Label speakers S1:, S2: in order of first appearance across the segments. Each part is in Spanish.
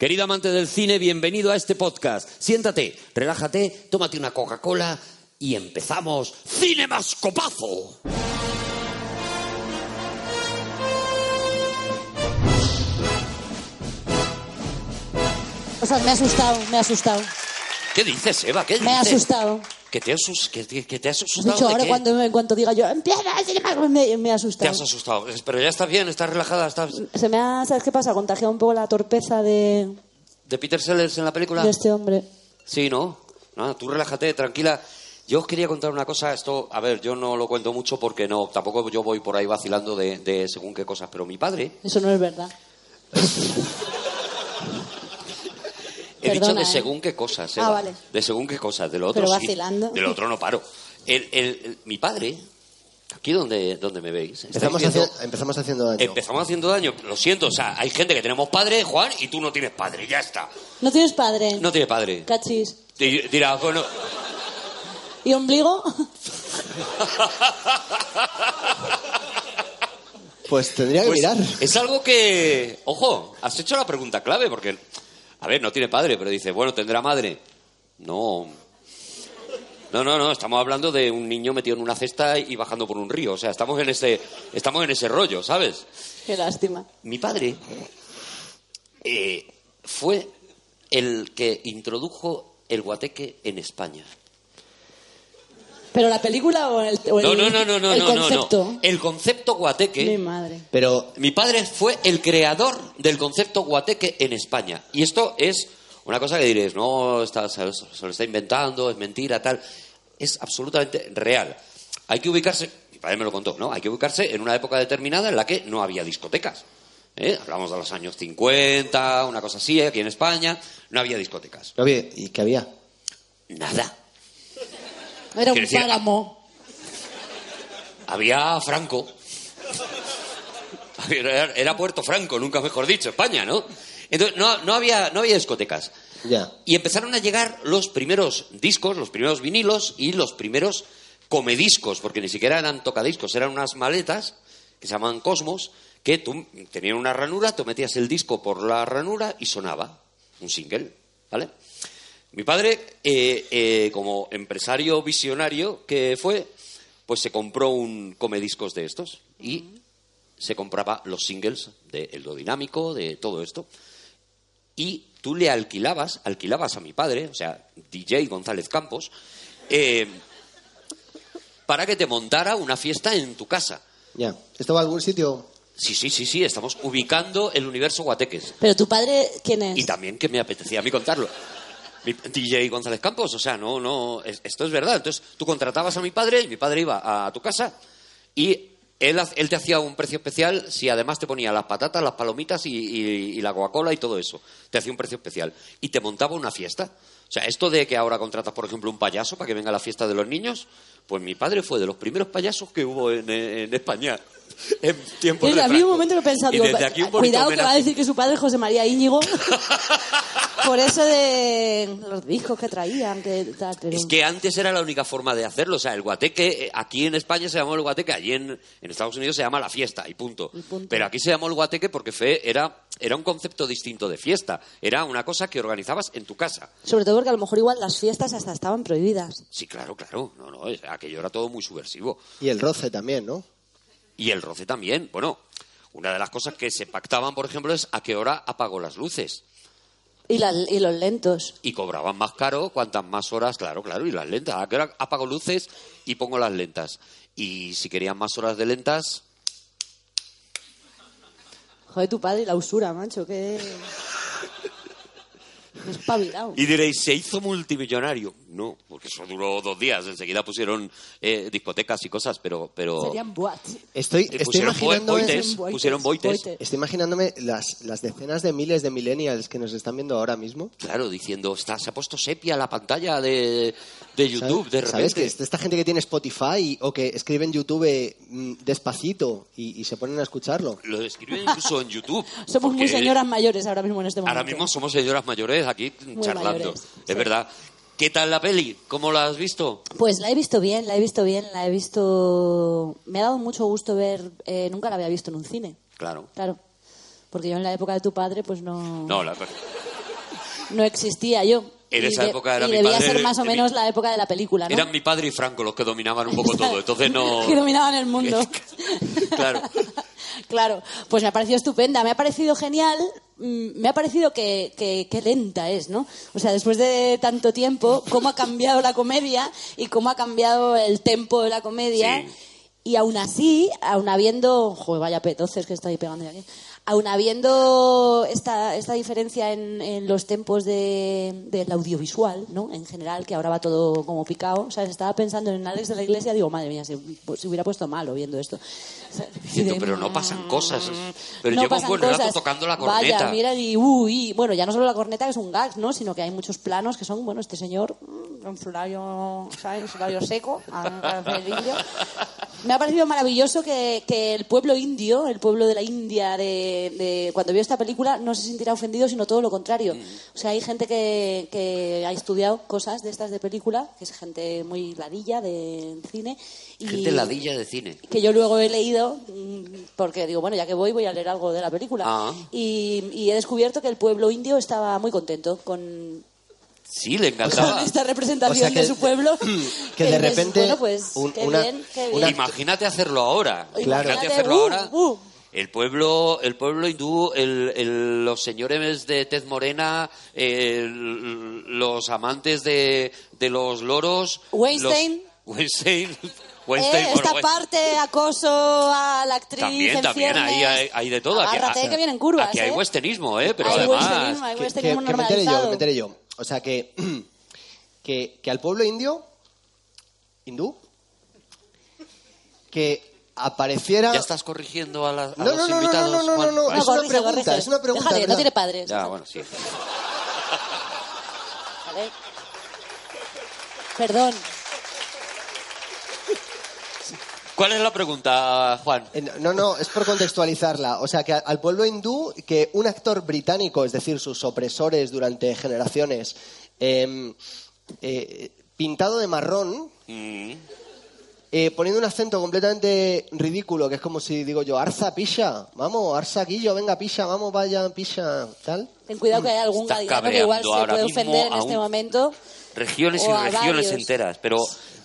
S1: Querido amante del cine, bienvenido a este podcast. Siéntate, relájate, tómate una Coca-Cola y empezamos Cine Mascopazo.
S2: O sea, me ha asustado, me ha asustado.
S1: ¿Qué dices, Eva? ¿Qué
S2: Me ha
S1: dices?
S2: asustado.
S1: ¿Que te, asus- que te- que te has
S2: De
S1: asustado?
S2: hecho,
S1: de
S2: ahora
S1: qué?
S2: cuando, en cuanto diga yo, empieza el cine", me, me ha
S1: Te
S2: asustado.
S1: has asustado. Pero ya está bien, estás relajada, estás...
S2: Se me ha, ¿sabes qué pasa? Contagiado un poco la torpeza de,
S1: ¿De Peter Sellers en la película?
S2: de este hombre.
S1: Sí, ¿no? Nada, tú relájate, tranquila. Yo os quería contar una cosa, esto, a ver, yo no lo cuento mucho porque no, tampoco yo voy por ahí vacilando de, de según qué cosas, pero mi padre...
S2: Eso no es verdad.
S1: He dicho
S2: Perdona,
S1: de
S2: ¿eh?
S1: según qué cosas.
S2: Ah,
S1: Eva.
S2: vale.
S1: De según qué cosas. Del otro
S2: Pero
S1: sí.
S2: vacilando.
S1: Del otro no paro. El- el- el- mi padre, aquí donde, donde me veis, estáis
S3: Empezamos,
S1: viendo-
S3: haci- empezamos haciendo daño.
S1: empezamos haciendo daño. Lo siento, o sea, hay gente que tenemos padre, Juan, y tú no tienes padre, ya está.
S2: ¿No tienes padre?
S1: No tiene padre.
S2: Cachis.
S1: Di- Dirás, bueno.
S2: ¿Y ombligo?
S3: Pues tendría que
S1: Pues,
S3: mirar.
S1: Es algo que. Ojo, has hecho la pregunta clave, porque. A ver, no tiene padre, pero dice, bueno, tendrá madre. No. No, no, no, estamos hablando de un niño metido en una cesta y bajando por un río. O sea, estamos en ese, estamos en ese rollo, ¿sabes?
S2: Qué lástima.
S1: Mi padre eh, fue el que introdujo el guateque en España.
S2: ¿Pero la película o el, o el-
S1: No, no, no, no, no,
S2: el
S1: no, no, no.
S2: concepto?
S1: El concepto guateque.
S2: Mi madre.
S3: Pero
S1: Mi padre fue el creador del concepto guateque en España. Y esto es una cosa que diréis, no, está- se, se lo está inventando, es mentira, tal. Es absolutamente real. Hay que ubicarse, mi padre me lo contó, ¿no? Hay que ubicarse en una época determinada en la que no había discotecas. ¿eh? Hablamos de los años 50, una cosa así, ¿eh? aquí en España, no había discotecas.
S3: Oye, ¿y qué había?
S1: Nada.
S2: Era un
S1: Quiero decir-
S2: páramo.
S1: Había Franco. Era, era Puerto Franco, nunca mejor dicho, España, ¿no? Entonces, no, no había, no había discotecas.
S3: Ya.
S1: Y empezaron a llegar los primeros discos, los primeros vinilos y los primeros comediscos, porque ni siquiera eran tocadiscos, eran unas maletas que se llamaban Cosmos, que tú tenían una ranura, tú metías el disco por la ranura y sonaba un single, ¿vale? Mi padre, eh, eh, como empresario visionario que fue, pues se compró un comediscos de estos y se compraba los singles de Lo Dinámico, de todo esto y tú le alquilabas, alquilabas a mi padre, o sea, DJ González Campos, eh, para que te montara una fiesta en tu casa.
S3: Ya. ¿Esto va a algún sitio?
S1: Sí, sí, sí, sí, estamos ubicando el universo guateques.
S2: ¿Pero tu padre quién es?
S1: Y también que me apetecía a mí contarlo. Mi- DJ González Campos, o sea, no, no, es- esto es verdad. Entonces, tú contratabas a mi padre y mi padre iba a tu casa y él, ha- él te hacía un precio especial si además te ponía las patatas, las palomitas y, y- y la Coca-Cola y todo eso. Te hacía un precio especial y te montaba una fiesta. O sea, esto de que ahora contratas, por ejemplo, un payaso para que venga a la fiesta de los niños, pues mi padre fue de los primeros payasos que hubo en, en España en tiempos
S2: Mira,
S1: de
S2: había un
S1: Franco.
S2: momento que he pensado,
S1: Y
S2: digo,
S1: desde aquí un bonito
S2: cuidado que va a
S1: homenaje.
S2: decir que su padre es José María Íñigo. por eso de los discos que traían, que tal, pero-
S1: Es que antes era la única forma de hacerlo. O sea, el guateque, eh, aquí en España se llamó el guateque, allí en, en Estados Unidos se llama la fiesta, y punto.
S2: Y punto.
S1: Pero aquí se llamó el guateque porque fue, era, era un concepto distinto de fiesta. Era una cosa que organizabas en tu casa.
S2: Sobre todo porque a lo mejor igual las fiestas hasta estaban prohibidas.
S1: Sí, claro, claro. No, no, es- aquello era todo muy subversivo.
S3: Y el roce también, ¿no?
S1: Y el roce también. Bueno, una de las cosas que se pactaban, por ejemplo, es a qué hora apagó las luces.
S2: Y, las- y los lentos.
S1: Y cobraban más caro cuantas más horas, claro, claro, y las lentas. ¿A qué hora apago luces y pongo las lentas? Y si querían más horas de lentas,
S2: Joder, tu padre y la usura, macho, que... Espabilado.
S1: Y diréis, ¿se hizo multimillonario? No, porque eso duró dos días. Enseguida pusieron eh, discotecas y cosas, pero... pero
S2: Serían boats.
S3: Estoy,
S1: eh,
S3: estoy
S1: pusieron boi-
S3: imaginándome,
S1: boites,
S2: boites,
S1: pusieron boites.
S2: boites.
S3: estoy imaginándome las, las decenas de miles de millennials que nos están viendo ahora mismo.
S1: Claro, diciendo, está, se ha puesto sepia la pantalla de, de
S3: ¿Sabes-
S1: YouTube, de
S3: ¿Sabes que este
S1: repente.
S3: est- esta gente que tiene Spotify y- o que escribe en YouTube mm, despacito y, y se ponen a escucharlo?
S1: Lo describen incluso en YouTube.
S2: Somos muy
S1: porque
S2: señoras mayores ahora mismo en este momento.
S1: Ahora mismo somos señoras mayores aquí charlando.
S2: mayores,
S1: es
S2: sí.
S1: verdad. ¿Qué tal la peli? ¿Cómo la has visto?
S2: Pues la he visto bien, la he visto bien, la he visto... Me ha dado mucho gusto ver... eh, nunca la había visto en un cine,
S1: Claro.
S2: claro. Porque yo en la época de tu padre, pues no...
S1: No, la...
S2: no existía yo.
S1: En
S2: Y
S1: esa época era
S2: y
S1: mi
S2: debía
S1: padre-
S2: ser más o
S1: mi-
S2: menos la época de la película, ¿no?
S1: Eran mi padre y Franco los que dominaban un poco todo, entonces no...
S2: que dominaban el mundo.
S1: Claro.
S2: Claro, pues me ha parecido estupenda, me ha parecido genial, mm, me ha parecido que, que- que lenta es, ¿no? O sea, después de tanto tiempo, cómo ha cambiado la comedia y cómo ha cambiado el tempo de la comedia.
S1: Sí.
S2: Y aún así, aún habiendo, joder, vaya petoces que estoy pegando yo aquí, aún habiendo esta, esta diferencia en, en los tempos de- del audiovisual, ¿no? En general, que ahora va todo como picado, ¿sabes? Estaba pensando en Alex de la Iglesia, digo, madre mía, se, se hubiera puesto malo viendo esto. O sea,
S1: Diciendo,
S2: de- mm,
S1: pero no pasan cosas. Pero
S2: no
S1: llevo un
S2: pasan
S1: buen rato
S2: cosas.
S1: tocando la
S2: Vaya,
S1: corneta.
S2: mira y uy, bueno, ya no solo la corneta que es un gag, ¿no? Sino que hay muchos planos que son, bueno, este señor mm, en Flavio, ¿sabes? En Flavio seco, a- a cerillo. Me ha parecido maravilloso que, que el pueblo indio, el pueblo de la India, de, de- cuando vio esta película, no se sentirá ofendido, sino todo lo contrario. O sea, hay gente que, que ha estudiado cosas de estas de película, que es gente muy ladilla de cine. Y
S1: Gente ladilla de cine.
S2: que yo luego he leído, mm, porque digo, bueno, ya que voy, voy a leer algo de la película.
S1: Ah.
S2: Y, y he descubierto que el pueblo indio estaba muy contento con,
S1: Sí, le
S2: con
S1: encantaba.
S2: esta representación
S3: Ah. O sea que-
S2: de su pueblo.
S3: que de
S2: Entonces,
S3: repente
S2: bueno, pues,
S3: un-
S2: qué
S3: una-
S2: bien, qué
S3: una-
S2: bien.
S1: Imagínate hacerlo ahora.
S2: Claro.
S1: Imagínate
S2: Imagínate,
S1: hacerlo
S2: uh,
S1: ahora.
S2: uh.
S1: El pueblo, el pueblo hindú, el- el- los señores de Tez Morena, el- los amantes de, de los loros.
S2: Weinstein.
S1: los- Weinstein.
S2: Eh,
S1: Weinstein, bueno,
S2: esta
S1: Wein-
S2: parte, acoso a la actriz.
S1: También,
S2: en
S1: también, ahí
S2: ciernes.
S1: hay, hay de todo. Aquí-
S2: Agárrate,
S1: aquí-
S2: que vienen curvas.
S1: Aquí
S2: ¿eh?
S1: hay westernismo, ¿eh? Pero
S2: Hay
S1: además.
S2: westernismo, hay
S3: que,
S2: westernismo
S3: que- que me entere yo, que
S2: normalizado.
S3: me entere yo. O sea, que, que, que al pueblo indio, hindú, que apareciera...
S1: Ya estás corrigiendo a, la- a
S3: No,
S1: los
S3: no, no, no,
S1: invitados.
S3: no, no,
S1: Juan.
S3: no, no,
S2: No,
S3: es una
S2: corrige,
S3: pregunta,
S2: corrige.
S3: es una pregunta,
S2: Déjale,
S3: ¿verdad?
S2: no tiene padres.
S1: Ya, bueno, sí.
S2: Vale. Perdón.
S1: ¿Cuál es la pregunta, Juan?
S3: Eh, No, no, es por contextualizarla. O sea, que a- al pueblo hindú, que un actor británico, es decir, sus opresores durante generaciones, eh, eh, pintado de marrón,
S1: Mm.
S3: eh, poniendo un acento completamente ridículo, que es como si digo yo, Arza, pilla, vamos, Arza, Guillo, venga, pilla, vamos, vaya, pilla, tal.
S2: Ten cuidado que hay algún
S1: Está
S2: gaditano que igual se
S1: cabreando
S2: puede
S1: ahora mismo
S2: ofender en
S1: a
S2: este
S1: un-
S2: momento.
S1: Regiones y
S2: O a
S1: regiones
S2: varios.
S1: enteras, pero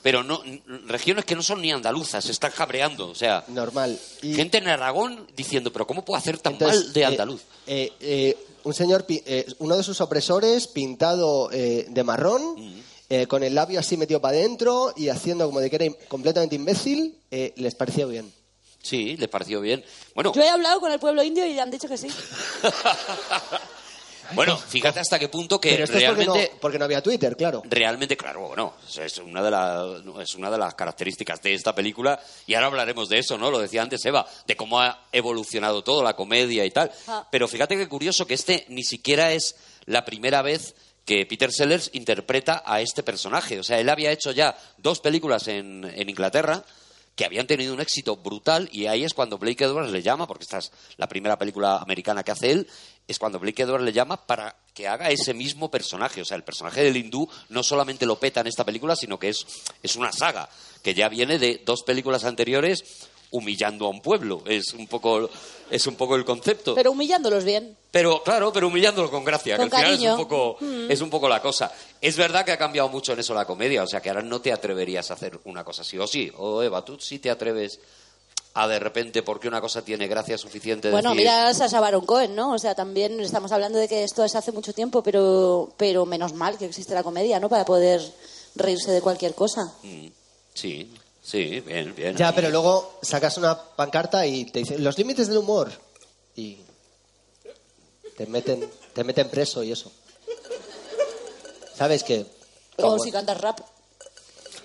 S1: pero no n- regiones que no son ni andaluzas, se están cabreando, o sea,
S3: Normal. Y-
S1: gente en Aragón diciendo, pero ¿cómo puedo hacer tan
S3: Entonces,
S1: mal de
S3: eh,
S1: andaluz?
S3: eh, eh, un señor, pi- eh, uno de sus opresores, pintado eh, de marrón,
S1: Mm.
S3: eh, con el labio así metido para adentro y haciendo como de que era im- completamente imbécil, eh, les parecía bien.
S1: Sí, les pareció bien. Bueno,
S2: Yo he hablado con el pueblo indio y han dicho que sí.
S1: bueno, fíjate hasta qué punto que
S3: Pero esto
S1: realmente
S3: es porque no, porque no había Twitter, claro.
S1: realmente claro bueno o sea, es una de las es una de las características de esta película y ahora hablaremos de eso no lo decía antes Eva de cómo ha evolucionado todo la comedia y tal
S2: Ah.
S1: pero fíjate qué curioso que este ni siquiera es la primera vez que Peter Sellers interpreta a este personaje o sea él había hecho ya dos películas en, en Inglaterra que habían tenido un éxito brutal y ahí es cuando Blake Edwards le llama, porque esta es la primera película americana que hace él, es cuando Blake Edwards le llama para que haga ese mismo personaje. O sea, el personaje del hindú no solamente lo peta en esta película, sino que es, es una saga, que ya viene de dos películas anteriores humillando a un pueblo. Es un poco, es un poco el concepto.
S2: Pero humillándolos bien.
S1: Pero claro, pero humillándolo con gracia,
S2: Con
S1: que al
S2: cariño. Mm.
S1: final es un, poco, es un poco la cosa. Es verdad que ha cambiado mucho en eso la comedia, o sea que ahora no te atreverías a hacer una cosa así. O sí, o Eva, tú sí te atreves a de repente, porque una cosa tiene gracia suficiente,
S2: Bueno,
S1: decir,
S2: mira a Sasha Baron Cohen, ¿no? O sea, también estamos hablando de que esto es hace mucho tiempo, pero, pero menos mal que existe la comedia, ¿no? Para poder reírse de cualquier cosa.
S1: mm, sí, sí, bien, bien.
S3: Ya, pero luego sacas una pancarta y te dicen los límites del humor y te meten, te meten preso y eso. ¿Sabes qué?
S2: O si cantas rap.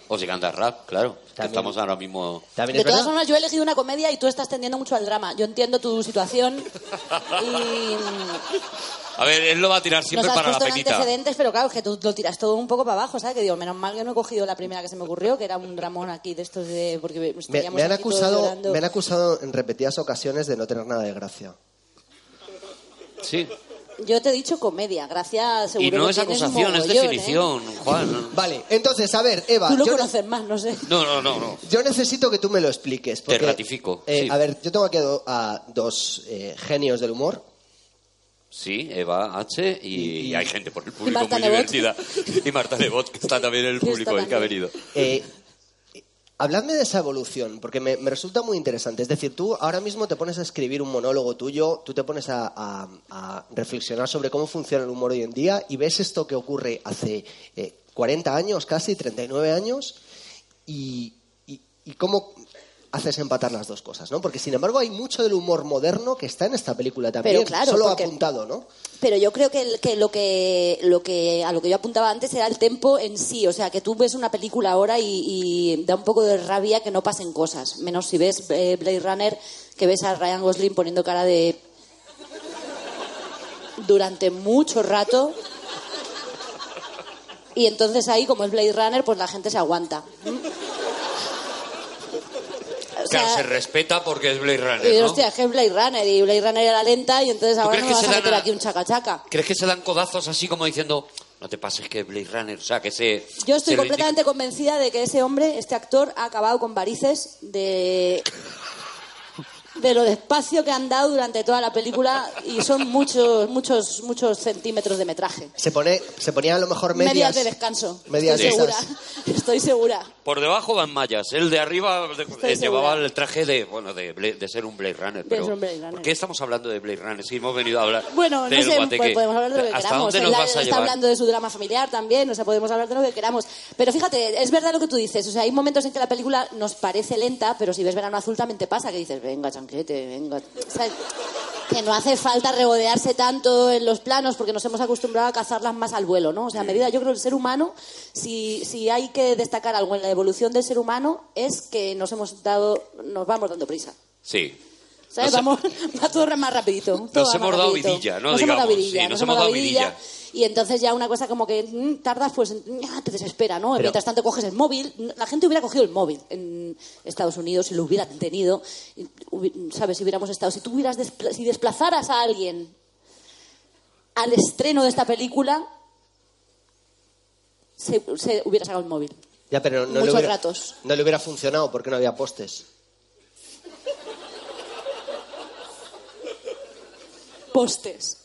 S1: O si cantas rap, claro. que
S3: También.
S1: estamos ahora mismo...
S3: También
S2: De
S3: es
S2: todas
S3: verdad.
S2: formas, yo he elegido una comedia y tú estás tendiendo mucho al drama. Yo entiendo tu situación y
S1: A ver, él lo va a tirar siempre
S2: Nos has
S1: para la
S2: puesto en
S1: penita.
S2: antecedentes, pero claro, es que tú lo tiras todo un poco para abajo, ¿sabes? Que digo, menos mal que no he cogido la primera que se me ocurrió, que era un dramón aquí de estos de... Porque
S3: Me,
S2: estaríamos
S3: me han
S2: aquí todos
S3: acusado,
S2: llorando.
S3: me han acusado en repetidas ocasiones de no tener nada de gracia.
S1: Sí.
S2: Yo te he dicho comedia, gracias, seguro
S1: Y no
S2: que
S1: es
S2: tienes
S1: acusación, es
S2: mogollón, ¿eh?
S1: definición, Juan.
S3: Vale, entonces, a ver, Eva,
S2: Tú lo
S3: yo, ne-
S2: conoces más, no sé.
S1: No, no, no, no.
S3: yo necesito que tú me lo expliques. porque,
S1: ratifico,
S3: eh,
S1: sí.
S3: A ver, yo tengo aquí a, do- a dos eh, genios del humor.
S1: Sí, Eva H. Y, y hay gente por el público
S2: Marta
S1: muy
S2: Nebot.
S1: divertida. Y Marta Lebot, que está también en el
S2: Que está
S1: público, el que ha
S2: también.
S1: venido.
S3: Eh, habladme de esa evolución, porque me, me resulta muy interesante. Es decir, tú ahora mismo te pones a escribir un monólogo tuyo, tú te pones a, a- a reflexionar sobre cómo funciona el humor hoy en día y ves esto que ocurre hace eh, 40 años, casi 39 años, y, y- y cómo haces empatar las dos cosas, ¿no? Porque, sin embargo, hay mucho del humor moderno que está en esta película también,
S2: Pero claro,
S3: solo
S2: porque-
S3: apuntado, ¿no?
S2: Pero yo creo que, el- que lo que lo que a lo que yo apuntaba antes era el tempo en sí, o sea, que tú ves una película ahora y, y da un poco de rabia que no pasen cosas, menos si ves eh, Blade Runner, que ves a Ryan Gosling poniendo cara de durante mucho rato. Y entonces ahí, como es Blade Runner, pues la gente se aguanta. O sea,
S1: claro, se respeta porque es Blade
S2: y
S1: Runner,
S2: digo,
S1: ¿no?
S2: hostia, es que es Blade Runner, y Blade Runner era lenta, y entonces ahora
S1: crees
S2: no
S1: que
S2: me vas
S1: se
S2: a
S1: dan
S2: meter
S1: a-
S2: aquí un chacachaca.
S1: ¿Crees que se dan codazos así como diciendo, no te pases que es Blade Runner? O sea, que se...
S2: Yo estoy
S1: se lo
S2: completamente convencida de que ese hombre, este actor, ha acabado con varices de de lo despacio que han dado durante toda la película y son muchos muchos muchos centímetros de metraje.
S3: Se, pone, se ponía a lo mejor medias...
S2: Medias de descanso.
S3: medias
S2: estoy
S3: de
S2: segura.
S3: esas.
S2: Estoy segura.
S1: indica- Por debajo van mallas. El de arriba de- eh, llevaba
S2: segura.
S1: el traje de, bueno, de, Bla- de ser un Blade Runner. Pero,
S2: ser un Blade Runner.
S1: ¿Por qué estamos hablando de Blade Runner? Si hemos venido a hablar
S2: Bueno, no
S1: del
S2: sé,
S1: guateque.
S2: pues podemos hablar de lo que
S1: ¿Hasta
S2: queramos.
S1: dónde
S2: Él
S1: nos
S2: la-
S1: vas a
S2: está
S1: llevar?
S2: hablando de su drama familiar también, o sea, podemos hablar de lo que queramos. Pero fíjate, es verdad lo que tú dices, o sea, hay momentos en que la película nos parece lenta, pero si ves Verano Azul también te pasa, que dices, venga, chanquete, venga. O sea, que no hace falta regodearse tanto en los planos porque nos hemos acostumbrado a cazarlas más al vuelo, ¿no? O sea,
S1: Mm.
S2: a medida, yo creo que el ser humano, si, si hay que destacar algo en la evolución del ser humano, es que nos hemos dado, nos vamos dando prisa.
S1: Sí.
S2: ¿Sabes?
S1: No sé-
S2: Vamos, va todo re- más rapidito. todo
S1: Nos
S2: va
S1: hemos
S2: más
S1: dado
S2: rapidito.
S1: vidilla, ¿no?
S2: Nos hemos dado
S1: Digamos,
S2: vidilla.
S1: sí,
S2: nos hemos dado vidilla.
S1: vidilla.
S2: Y entonces ya una cosa como que mm, tardas, pues mm, te desespera, ¿no? Mientras tanto coges el móvil. La gente hubiera cogido el móvil en Estados Unidos si lo hubieran tenido. y hubi- ¿Sabes? Si hubiéramos estado. Si tú hubieras despla- si desplazaras a alguien al estreno de esta película, se, se hubiera sacado el móvil.
S3: Ya, pero no, le
S2: Muchos
S3: hubiera,
S2: ratos.
S3: no le hubiera funcionado porque no había postes.
S2: Postes.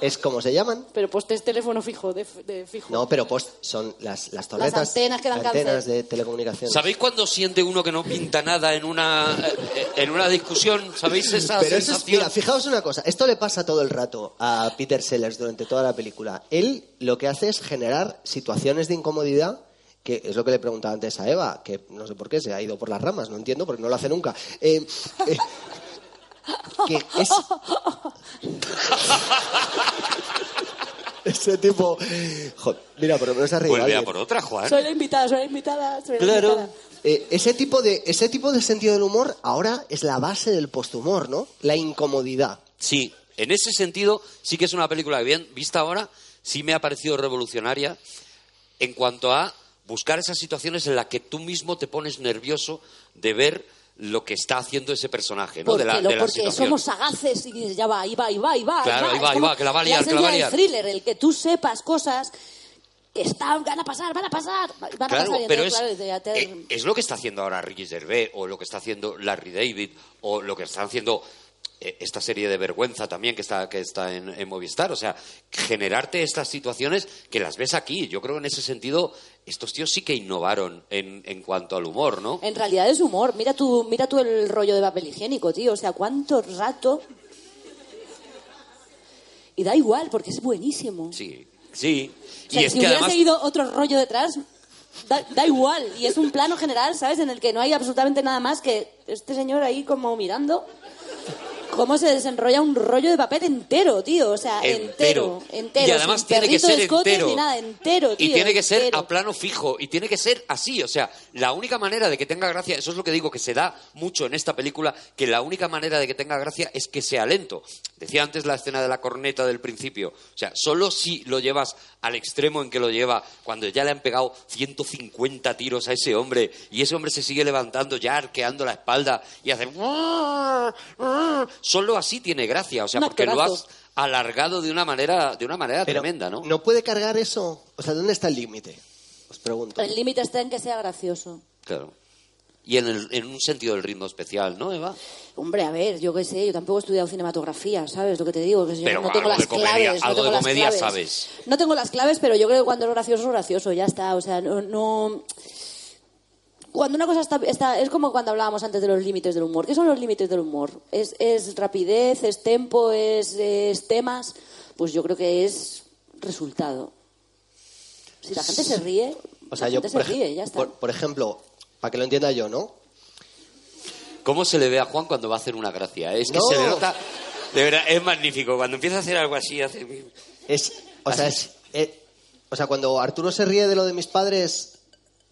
S3: Es como se llaman.
S2: Pero postes teléfono fijo, de, de fijo.
S3: No, pero post son las, las torretas.
S2: Las antenas que dan
S3: antenas
S2: cáncer.
S3: de telecomunicaciones.
S1: ¿Sabéis cuando siente uno que no pinta nada en una, eh, en una discusión? ¿Sabéis esa
S3: Pero eso es,
S1: sensación?
S3: mira, fijaos una cosa, esto le pasa todo el rato a Peter Sellers durante toda la película. Él lo que hace es generar situaciones de incomodidad, que es lo que le preguntaba antes a Eva, que no sé por qué se ha ido por las ramas, no entiendo porque no lo hace nunca. Eh, eh, que es... Ese tipo... Jo, mira, por lo menos se ha reído
S1: Vuelve a
S3: alguien.
S1: Pues por otra, Juan.
S2: Soy la invitada, soy la invitada, soy la
S3: Claro.
S2: invitada.
S3: Eh, ese, tipo de, ese tipo de sentido del humor ahora es la base del posthumor, ¿no? La incomodidad.
S1: Sí, en ese sentido sí que es una película que bien vista ahora sí me ha parecido revolucionaria en cuanto a buscar esas situaciones en las que tú mismo te pones nervioso de ver lo que está haciendo ese personaje, ¿no? De
S2: Porque,
S1: la,
S2: lo-
S1: de la
S2: porque
S1: situación.
S2: somos sagaces y dices, ya va, ahí va, ahí va, ahí va.
S1: Claro, ahí va,
S2: Es
S1: ahí
S2: como
S1: va, que la va a liar,
S2: es el
S1: que la va a
S2: día del
S1: liar.
S2: thriller, el que tú sepas cosas que están, van a pasar, van a pasar, van a
S1: Claro,
S2: pasar. y
S1: pero
S2: entonces,
S1: es,
S2: claro, te- ya te-
S1: eh, es lo que está haciendo ahora Ricky Gervais o lo que está haciendo Larry David o lo que están haciendo eh, esta serie de vergüenza también que está, que está en, en Movistar. O sea, generarte estas situaciones que las ves aquí. Yo creo que en ese sentido estos tíos sí que innovaron en, en cuanto al humor, ¿no?
S2: En realidad es humor. Mira tú, mira tú el rollo de papel higiénico, tío. O sea, cuánto rato... Y da igual, porque es buenísimo.
S1: Sí, sí.
S2: O sea,
S1: y es
S2: si
S1: que
S2: hubiera
S1: además...
S2: seguido otro rollo detrás, da, da igual. Y es un plano general, ¿sabes? En el que no hay absolutamente nada más que este señor ahí como mirando cómo se desenrolla un rollo de papel entero, tío. O sea, entero.
S1: Entero.
S2: Entero.
S1: Y además
S2: sin
S1: tiene que
S2: perrito
S1: ser
S2: de escotes
S1: entero.
S2: Ni nada, entero, tío.
S1: y tiene que ser
S2: entero.
S1: a plano fijo. Y tiene que ser así. O sea, la única manera de que tenga gracia, eso es lo que digo que se da mucho en esta película, que la única manera de que tenga gracia es que sea lento. Decía antes la escena de la corneta del principio. O sea, solo si lo llevas al extremo en que lo lleva, cuando ya le han pegado 150 tiros a ese hombre y ese hombre se sigue levantando ya arqueando la espalda y hace... Solo así tiene gracia. O sea,
S2: Un
S1: porque lo
S2: actorazo.
S1: has alargado de una manera, de una manera
S3: Pero,
S1: tremenda, ¿no?
S3: ¿No puede cargar eso? O sea, ¿dónde está el límite? Os pregunto.
S2: El límite está en que sea gracioso.
S1: Claro. y en, el- en un sentido del ritmo especial, ¿no, Eva?
S2: Hombre, a ver, yo qué sé, yo tampoco he estudiado cinematografía, ¿sabes? Lo que te digo, que yo
S1: Pero
S2: no tengo
S1: algo de
S2: las
S1: comedia-
S2: claves. no
S1: algo de
S2: tengo las
S1: comedia
S2: claves.
S1: sabes.
S2: No tengo las claves, pero yo creo que cuando es gracioso, es gracioso, ya está. O sea, no. no- Cuando una cosa está, está- Es como cuando hablábamos antes de los límites del humor. ¿Qué son los límites del humor? ¿Es, es rapidez, es tempo, es, es temas? Pues yo creo que es resultado. Si la gente se ríe,
S3: O sea,
S2: la
S3: yo,
S2: gente
S3: por,
S2: se ríe,
S3: ej-
S2: ya está.
S3: por- por ejemplo, para que lo entienda yo, ¿no?
S1: ¿Cómo se le ve a Juan cuando va a hacer una gracia? Es que
S3: No.
S1: se le nota... De verdad, es magnífico. Cuando empieza a hacer algo así, hace...
S3: Es, o, sea, es, eh, o sea, cuando Arturo se ríe de lo de mis padres,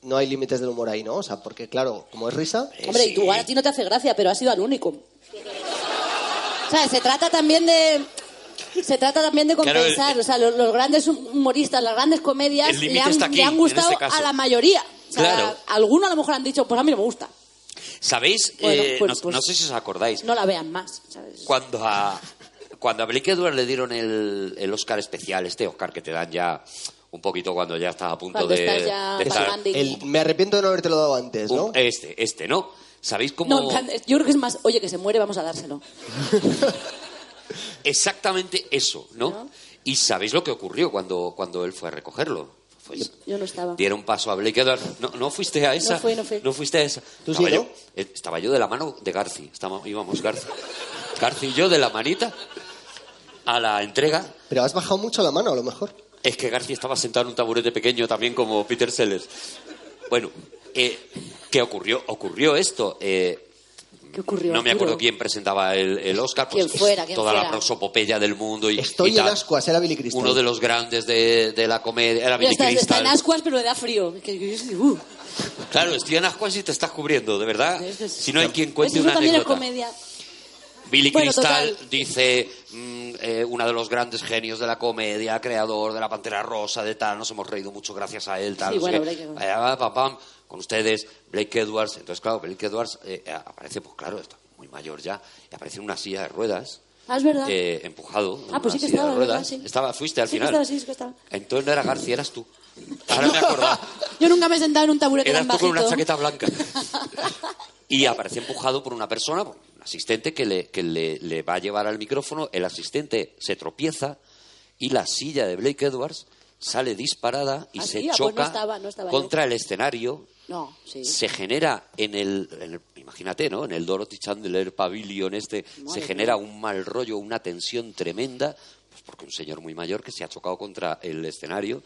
S3: no hay límites del humor ahí, ¿no? O sea, porque claro, como es risa,
S2: Hombre,
S1: Eh, sí.
S2: y tú a ti no te hace gracia, pero has sido al único. O sea, se trata también de. Se trata también de
S1: Claro,
S2: compensar.
S1: el-
S2: o sea, los, los grandes humoristas, las grandes comedias
S1: El límite
S2: le han,
S1: está aquí,
S2: le han
S1: en
S2: gustado
S1: este caso.
S2: a la mayoría. O sea,
S1: Claro.
S2: a- algunos a lo mejor han dicho, pues a mí no me gusta.
S1: ¿Sabéis?
S2: Bueno,
S1: Eh,
S2: pues-
S1: no,
S2: pues-
S1: no sé si os acordáis.
S2: No la vean más. ¿sabes?
S1: Cuando a, cuando a Blake Edwards le dieron el, el Oscar especial, este Oscar que te dan ya un poquito cuando ya estás a punto
S2: Cuando
S1: de,
S2: estás ya
S1: de estar-
S2: pagando y-
S3: el, me arrepiento de no habértelo dado antes, ¿no?
S1: un- Este, este, ¿no? ¿Sabéis cómo...?
S2: No, en plan, yo creo que es más, oye, que se muere, vamos a dárselo.
S1: Exactamente eso, ¿no?
S2: ¿No?
S1: Y sabéis lo que ocurrió cuando, cuando él fue a recogerlo. Pues
S2: Yo no estaba.
S1: dieron paso a Blake Edwards. No, no fuiste a esa.
S2: No fui, no fui.
S1: fuiste a esa.
S3: ¿Tú
S1: estaba,
S3: sí,
S1: yo,
S3: no?
S1: eh, estaba yo de la mano de Garci. Estaba- íbamos Garci. Garci y yo de la manita a la entrega.
S3: Pero has bajado mucho la mano, a lo mejor.
S1: Es que Garci estaba sentado en un taburete pequeño también como Peter Sellers. Bueno, eh, ¿qué ocurrió? Ocurrió esto. eh,
S2: ¿Qué ocurrió?
S1: no me acuerdo
S2: Arturo?
S1: quién presentaba el, el Oscar, pues
S2: Quien fuera, quien
S1: toda la
S2: fuera.
S1: prosopopeya del mundo y
S3: Estoy
S1: y
S3: en
S1: tal.
S3: ascuas, era Billy Crystal.
S1: Uno de los grandes de, de la comedia era
S2: Ya
S1: Billy
S2: Está, está en
S1: Crystal.
S2: ascuas, pero le da frío. Que- que- uh.
S1: Claro, estoy en ascuas y te estás cubriendo, de verdad.
S2: Eso es-
S1: Ah, Si no hay quien
S2: Eso
S1: cuente una
S2: también es
S1: anécdota.
S2: comedia.
S1: Billy
S2: Bueno,
S1: Crystal
S2: total.
S1: dice, mm, eh, uno de los grandes genios de la comedia, creador de la Pantera Rosa, de tal, nos hemos reído mucho gracias a él, tal.
S2: Sí,
S1: no sé
S2: bueno,
S1: qué.
S2: Blake Edwards.
S1: Vaya, va, pam, pam, con ustedes, Blake Edwards. Entonces, claro, Blake Edwards eh, eh, aparece, pues claro, está muy mayor ya, y aparece en una silla de ruedas.
S2: Ah, es verdad.
S1: eh, empujado. en
S2: Ah,
S1: una
S2: pues sí que
S1: silla de
S2: estaba,
S1: ruedas.
S2: ¿verdad? Sí.
S1: Estaba, fuiste al
S2: Sí que
S1: final.
S2: estaba, sí, sí que estaba.
S1: Entonces no era García, eras tú. Ahora me he acordado.
S2: Yo nunca me he sentado en un taburete
S1: Eras
S2: tan
S1: tú
S2: bajito.
S1: con una chaqueta blanca. y aparece empujado por una persona, por un asistente que, le, que le, le va a llevar al micrófono. El asistente se tropieza y la silla de Blake Edwards sale disparada y
S2: Ah,
S1: se
S2: sí, ah, pues no
S1: choca
S2: estaba- no estaba yo.
S1: contra el escenario.
S2: No, sí.
S1: Se genera en el, en el- imagínate, ¿no? En el Dorothy Chandler Pavilion este, se
S2: Madre
S1: genera un mal rollo, una tensión tremenda, pues porque un señor muy mayor que se ha chocado contra el escenario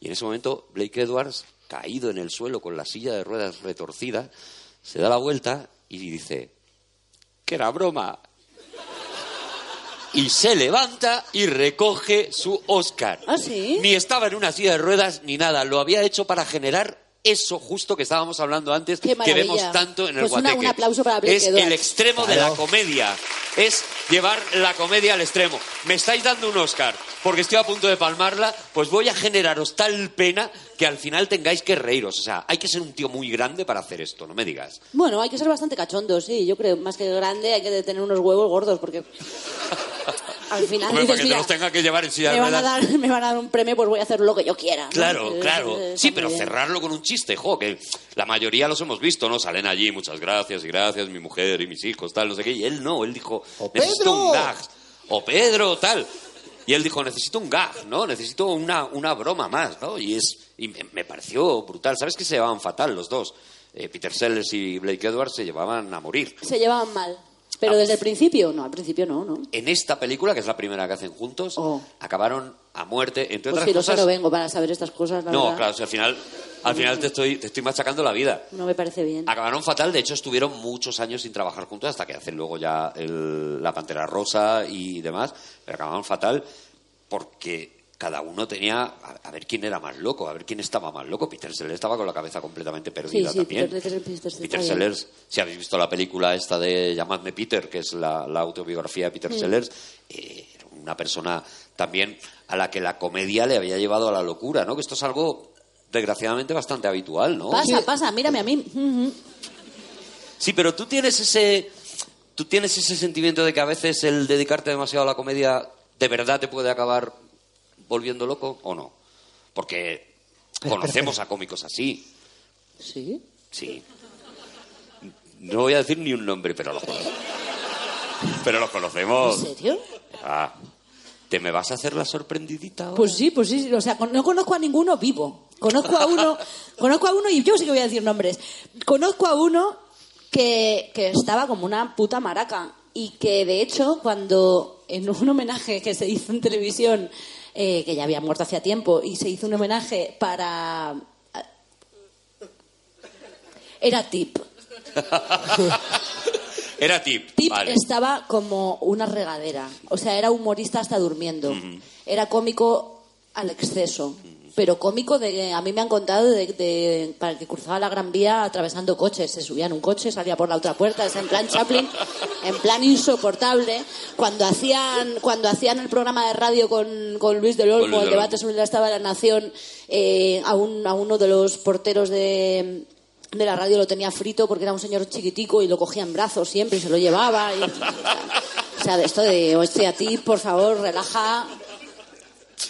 S1: y en ese momento Blake Edwards, caído en el suelo con la silla de ruedas retorcida, se da la vuelta y dice, que era broma. Y se levanta y recoge su Oscar.
S2: ¿Ah, sí?
S1: Ni estaba en una silla de ruedas ni nada. Lo había hecho para generar eso justo que estábamos hablando antes,
S2: Qué
S1: que
S2: maravilla.
S1: vemos tanto en el
S2: Pues una-
S1: guateque.
S2: un aplauso para Blake
S1: Es
S2: Edwards.
S1: el extremo de la
S3: Claro.
S1: comedia. Es llevar la comedia al extremo. Me estáis dando un Oscar porque estoy a punto de palmarla, pues voy a generaros tal pena que al final tengáis que reíros. O sea, hay que ser un tío muy grande para hacer esto, no me digas.
S2: Bueno, hay que ser bastante cachondo, sí. Yo creo, más que grande, hay que tener unos huevos gordos, porque al
S1: Hombre, para
S2: final Ah, dices,
S1: que
S2: mira,
S1: te los tenga que llevar en silla
S2: me
S1: de
S2: van, a
S1: ruedas.
S2: dar, me van a dar un premio, pues voy a hacer lo que yo quiera. ¿no?
S1: Claro,
S2: Eh,
S1: claro.
S2: eh,
S1: Sí,
S2: está
S1: pero
S2: muy bien.
S1: cerrarlo con un chiste, jo, que la mayoría los hemos visto, ¿no? Salen allí, muchas gracias y gracias, mi mujer y mis hijos, tal, no sé qué. Y él no, él dijo,
S3: ¡O
S1: necesito
S3: Pedro!
S1: un gag. O Pedro, tal. Y él dijo, necesito un gag, ¿no? Necesito una, una broma más, ¿no? Y es y me, me pareció brutal. ¿Sabes que se llevaban fatal los dos? Eh, Peter Sellers y Blake Edwards se llevaban a morir.
S2: Se llevaban mal. Pero
S1: Ah.
S2: desde el principio, no, al principio no, ¿no?
S1: En esta película, que es la primera que hacen juntos,
S2: Oh.
S1: acabaron a muerte, entre
S2: Pues
S1: otras
S2: filósofo
S1: cosas.
S2: vengo para saber estas cosas, la
S1: no,
S2: verdad.
S1: claro, si al final, al final te estoy, te estoy machacando la vida.
S2: No me parece bien.
S1: Acabaron fatal, de hecho estuvieron muchos años sin trabajar juntos hasta que hacen luego ya el- la Pantera Rosa y demás, pero acabaron fatal porque cada uno tenía a, a ver quién era más loco, a ver quién estaba más loco. Peter Sellers estaba con la cabeza completamente perdida
S2: sí,
S1: también.
S2: Peter Sellers- Peter Sellers
S1: Peter
S2: está
S1: Sellers, si habéis visto la película esta de Llamadme Peter, que es la, la autobiografía de Peter Sellers, eh, era una persona también a la que la comedia le había llevado a la locura, ¿no? Que esto es algo desgraciadamente bastante habitual, ¿no?
S2: Pasa, pasa, mírame a mí. Ujú.
S1: Sí, pero tú tienes ese tú tienes ese sentimiento de que a veces el dedicarte demasiado a la comedia de verdad te puede acabar volviendo loco o no? Porque conocemos a cómicos así.
S2: Sí.
S1: Sí. No voy a decir ni un nombre, pero los conocemos. Pero los conocemos.
S4: ¿En serio?
S1: Ah, ¿Te me vas a hacer la sorprendidita ahora?
S2: Pues sí, pues sí. O sea, con- no conozco a ninguno vivo. Conozco a uno, conozco a uno y yo sí que voy a decir nombres. Conozco a uno que, que estaba como una puta maraca y que de hecho cuando en un homenaje que se hizo en televisión, eh, que ya había muerto hacía tiempo, y se hizo un homenaje para... Era Tip.
S1: Era tip.
S2: Tip
S1: vale.
S2: estaba como una regadera. O sea, era humorista hasta durmiendo. Era cómico al exceso. Pero cómico de. A mí me han contado de, de- para el que cruzaba la Gran Vía atravesando coches. Se subía en un coche, salía por la otra puerta. Es en plan Chaplin, en plan insoportable. Cuando hacían, cuando hacían el programa de radio con, con Luis del
S1: Luis
S2: Olmo, el
S1: del
S2: debate
S1: Olmo.
S2: sobre la Estaba de la Nación, eh, a, un- a uno de los porteros de, de la radio lo tenía frito porque era un señor chiquitico y lo cogía en brazos siempre y se lo llevaba. y- o sea, de esto de, oye, a ti, por favor, relaja.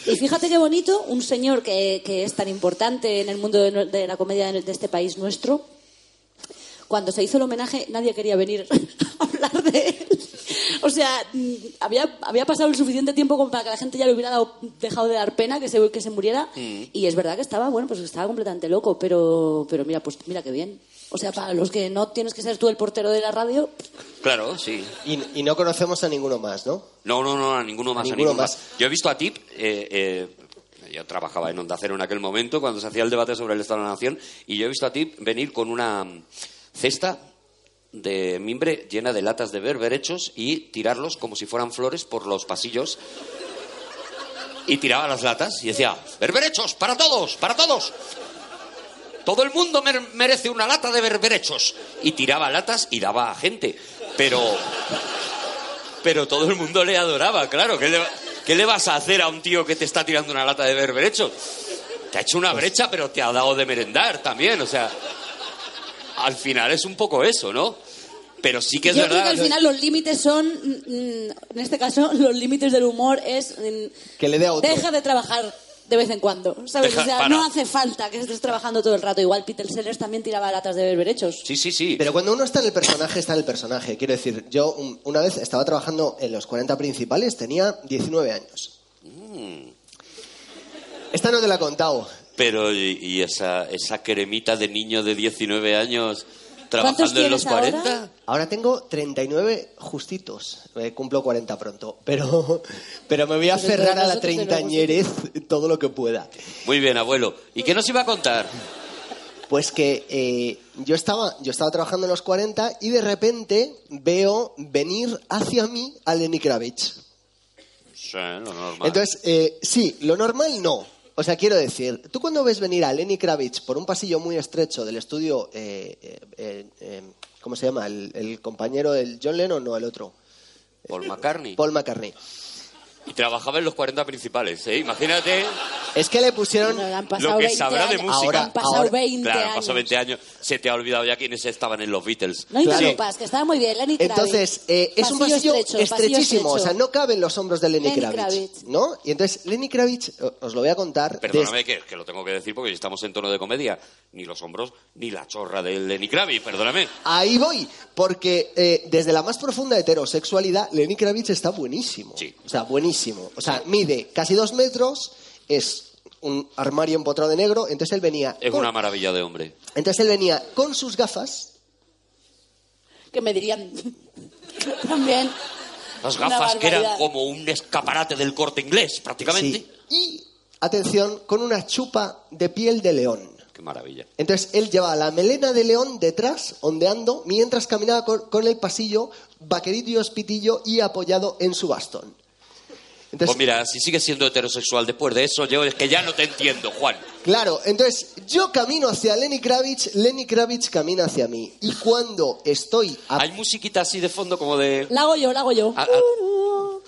S2: Y fíjate qué bonito, un señor que, que es tan importante en el mundo de, no- de la comedia de este país nuestro, cuando se hizo el homenaje nadie quería venir a hablar de él. O sea, mm, había, había pasado el suficiente tiempo como para que la gente ya le hubiera dado- dejado de dar pena que se, que se muriera.
S1: Mm.
S2: Y es verdad que estaba, bueno, pues estaba completamente loco, pero, pero mira, pues mira qué bien. O sea, para los que no tienes que ser tú el portero de la radio,
S1: Claro, sí.
S3: Y, y no conocemos a ninguno más, ¿no?
S1: No, no, no, a ninguno más. a
S3: Ninguno
S1: ninguno más.
S3: más.
S1: Yo he visto a Tip. eh, eh, yo trabajaba en Onda Cero en aquel momento cuando se hacía el debate sobre el Estado de la Nación y yo he visto a Tip venir con una mm, cesta de mimbre llena de latas de berberechos y tirarlos como si fueran flores por los pasillos. Y tiraba las latas y decía, berberechos, para todos, para todos. Todo el mundo mer- merece una lata de berberechos. Y tiraba latas y daba a gente. Pero... Pero todo el mundo le adoraba, claro. ¿Qué le, qué le vas a hacer a un tío que te está tirando una lata de berberecho? Te ha hecho una brecha, pero te ha dado de merendar también, o sea. Al final es un poco eso, ¿no? Pero sí que es
S2: Yo
S1: verdad.
S2: creo que al final los límites son, mm, mm, en este caso, los límites del humor es... mm,
S3: Que le dé a otro.
S2: Deja de trabajar de vez en cuando, ¿sabes?
S1: Deja-
S2: o sea,
S1: para.
S2: no hace falta que estés trabajando todo el rato. Igual Peter Sellers también tiraba latas de berberechos.
S1: Sí, sí, sí.
S3: Pero cuando uno está en el personaje, está en el personaje. Quiero decir, yo un- una vez estaba trabajando en los 40 principales, tenía 19 años.
S2: Mm.
S3: Esta no te la he contado.
S1: Pero, y, y esa, esa cremita de niño de 19 años trabajando en
S2: tienes
S1: los 40?
S2: ahora?
S3: Ahora tengo 39 justitos. Eh, cumplo 40 pronto. Pero, pero me voy a
S2: Pero
S3: aferrar a
S2: nosotros
S3: la
S2: tenemos
S3: treintañerez todo lo que pueda.
S1: Muy bien, abuelo. ¿Y qué nos iba a contar?
S3: Pues que eh, yo, estaba, yo estaba trabajando en los 40 y de repente veo venir hacia mí a Lenny Kravitz.
S1: Sí, lo normal.
S3: Entonces, eh, sí, lo normal no. O sea, quiero decir, tú cuando ves venir a Lenny Kravitz por un pasillo muy estrecho del estudio, eh, eh, eh, eh, ¿cómo se llama? El, el compañero del John Lennon, no, el otro,
S1: Paul McCartney.
S3: Paul McCartney.
S1: Y trabajaba en los 40 principales, ¿eh? Imagínate.
S3: Es que le pusieron...
S2: Bueno, han
S1: lo
S2: pasado
S1: que
S2: 20
S1: sabrá de
S2: años.
S1: música.
S3: Ahora-
S2: han pasado
S3: ahora-
S2: 20
S1: claro,
S2: años.
S1: pasó 20 años. Se te ha olvidado ya quiénes estaban en los Beatles.
S2: No
S3: Claro.
S2: interrumpas, que estaba muy bien, Lenny Kravitz.
S3: Entonces, eh, es un pasillo
S2: estrecho, pasillo
S3: estrechísimo, o sea,
S2: estrecho.
S3: no caben los hombros de Lenny,
S2: Lenny
S3: Kravitz,
S2: Kravitz.
S3: ¿no? Y entonces, Lenny Kravitz, o- os lo voy a contar...
S1: Perdóname
S3: desde-
S1: que, que lo tengo que decir porque estamos en tono de comedia. Ni los hombros, ni la chorra de Lenny Kravitz, perdóname.
S3: Ahí voy, porque eh, desde la más profunda heterosexualidad, Lenny Kravitz está buenísimo.
S1: Sí.
S3: O sea, buenísimo. O sea, mide casi dos metros, es un armario empotrado de negro, entonces él venía...
S1: Es
S3: con-
S1: una maravilla de hombre.
S3: Entonces él venía con sus gafas,
S2: Que me dirían también...
S1: Las
S2: Una
S1: gafas que eran
S2: barbaridad.
S1: como un escaparate del corte inglés, prácticamente.
S3: sí, y, atención, con una chupa de piel de león.
S1: Qué maravilla.
S3: Entonces él llevaba la melena de león detrás, ondeando, mientras caminaba con, con el pasillo, vaquerito y hospitillo y apoyado en su bastón. Entonces,
S1: Pues mira, si sigues siendo heterosexual después de eso, yo es que ya no te entiendo, Juan.
S3: claro, entonces yo camino hacia Lenny Kravitz, Lenny Kravitz camina hacia mí. Y cuando estoy a-
S1: Hay musiquita así de fondo como de...
S2: La hago yo, la hago yo.
S1: Ah, ah.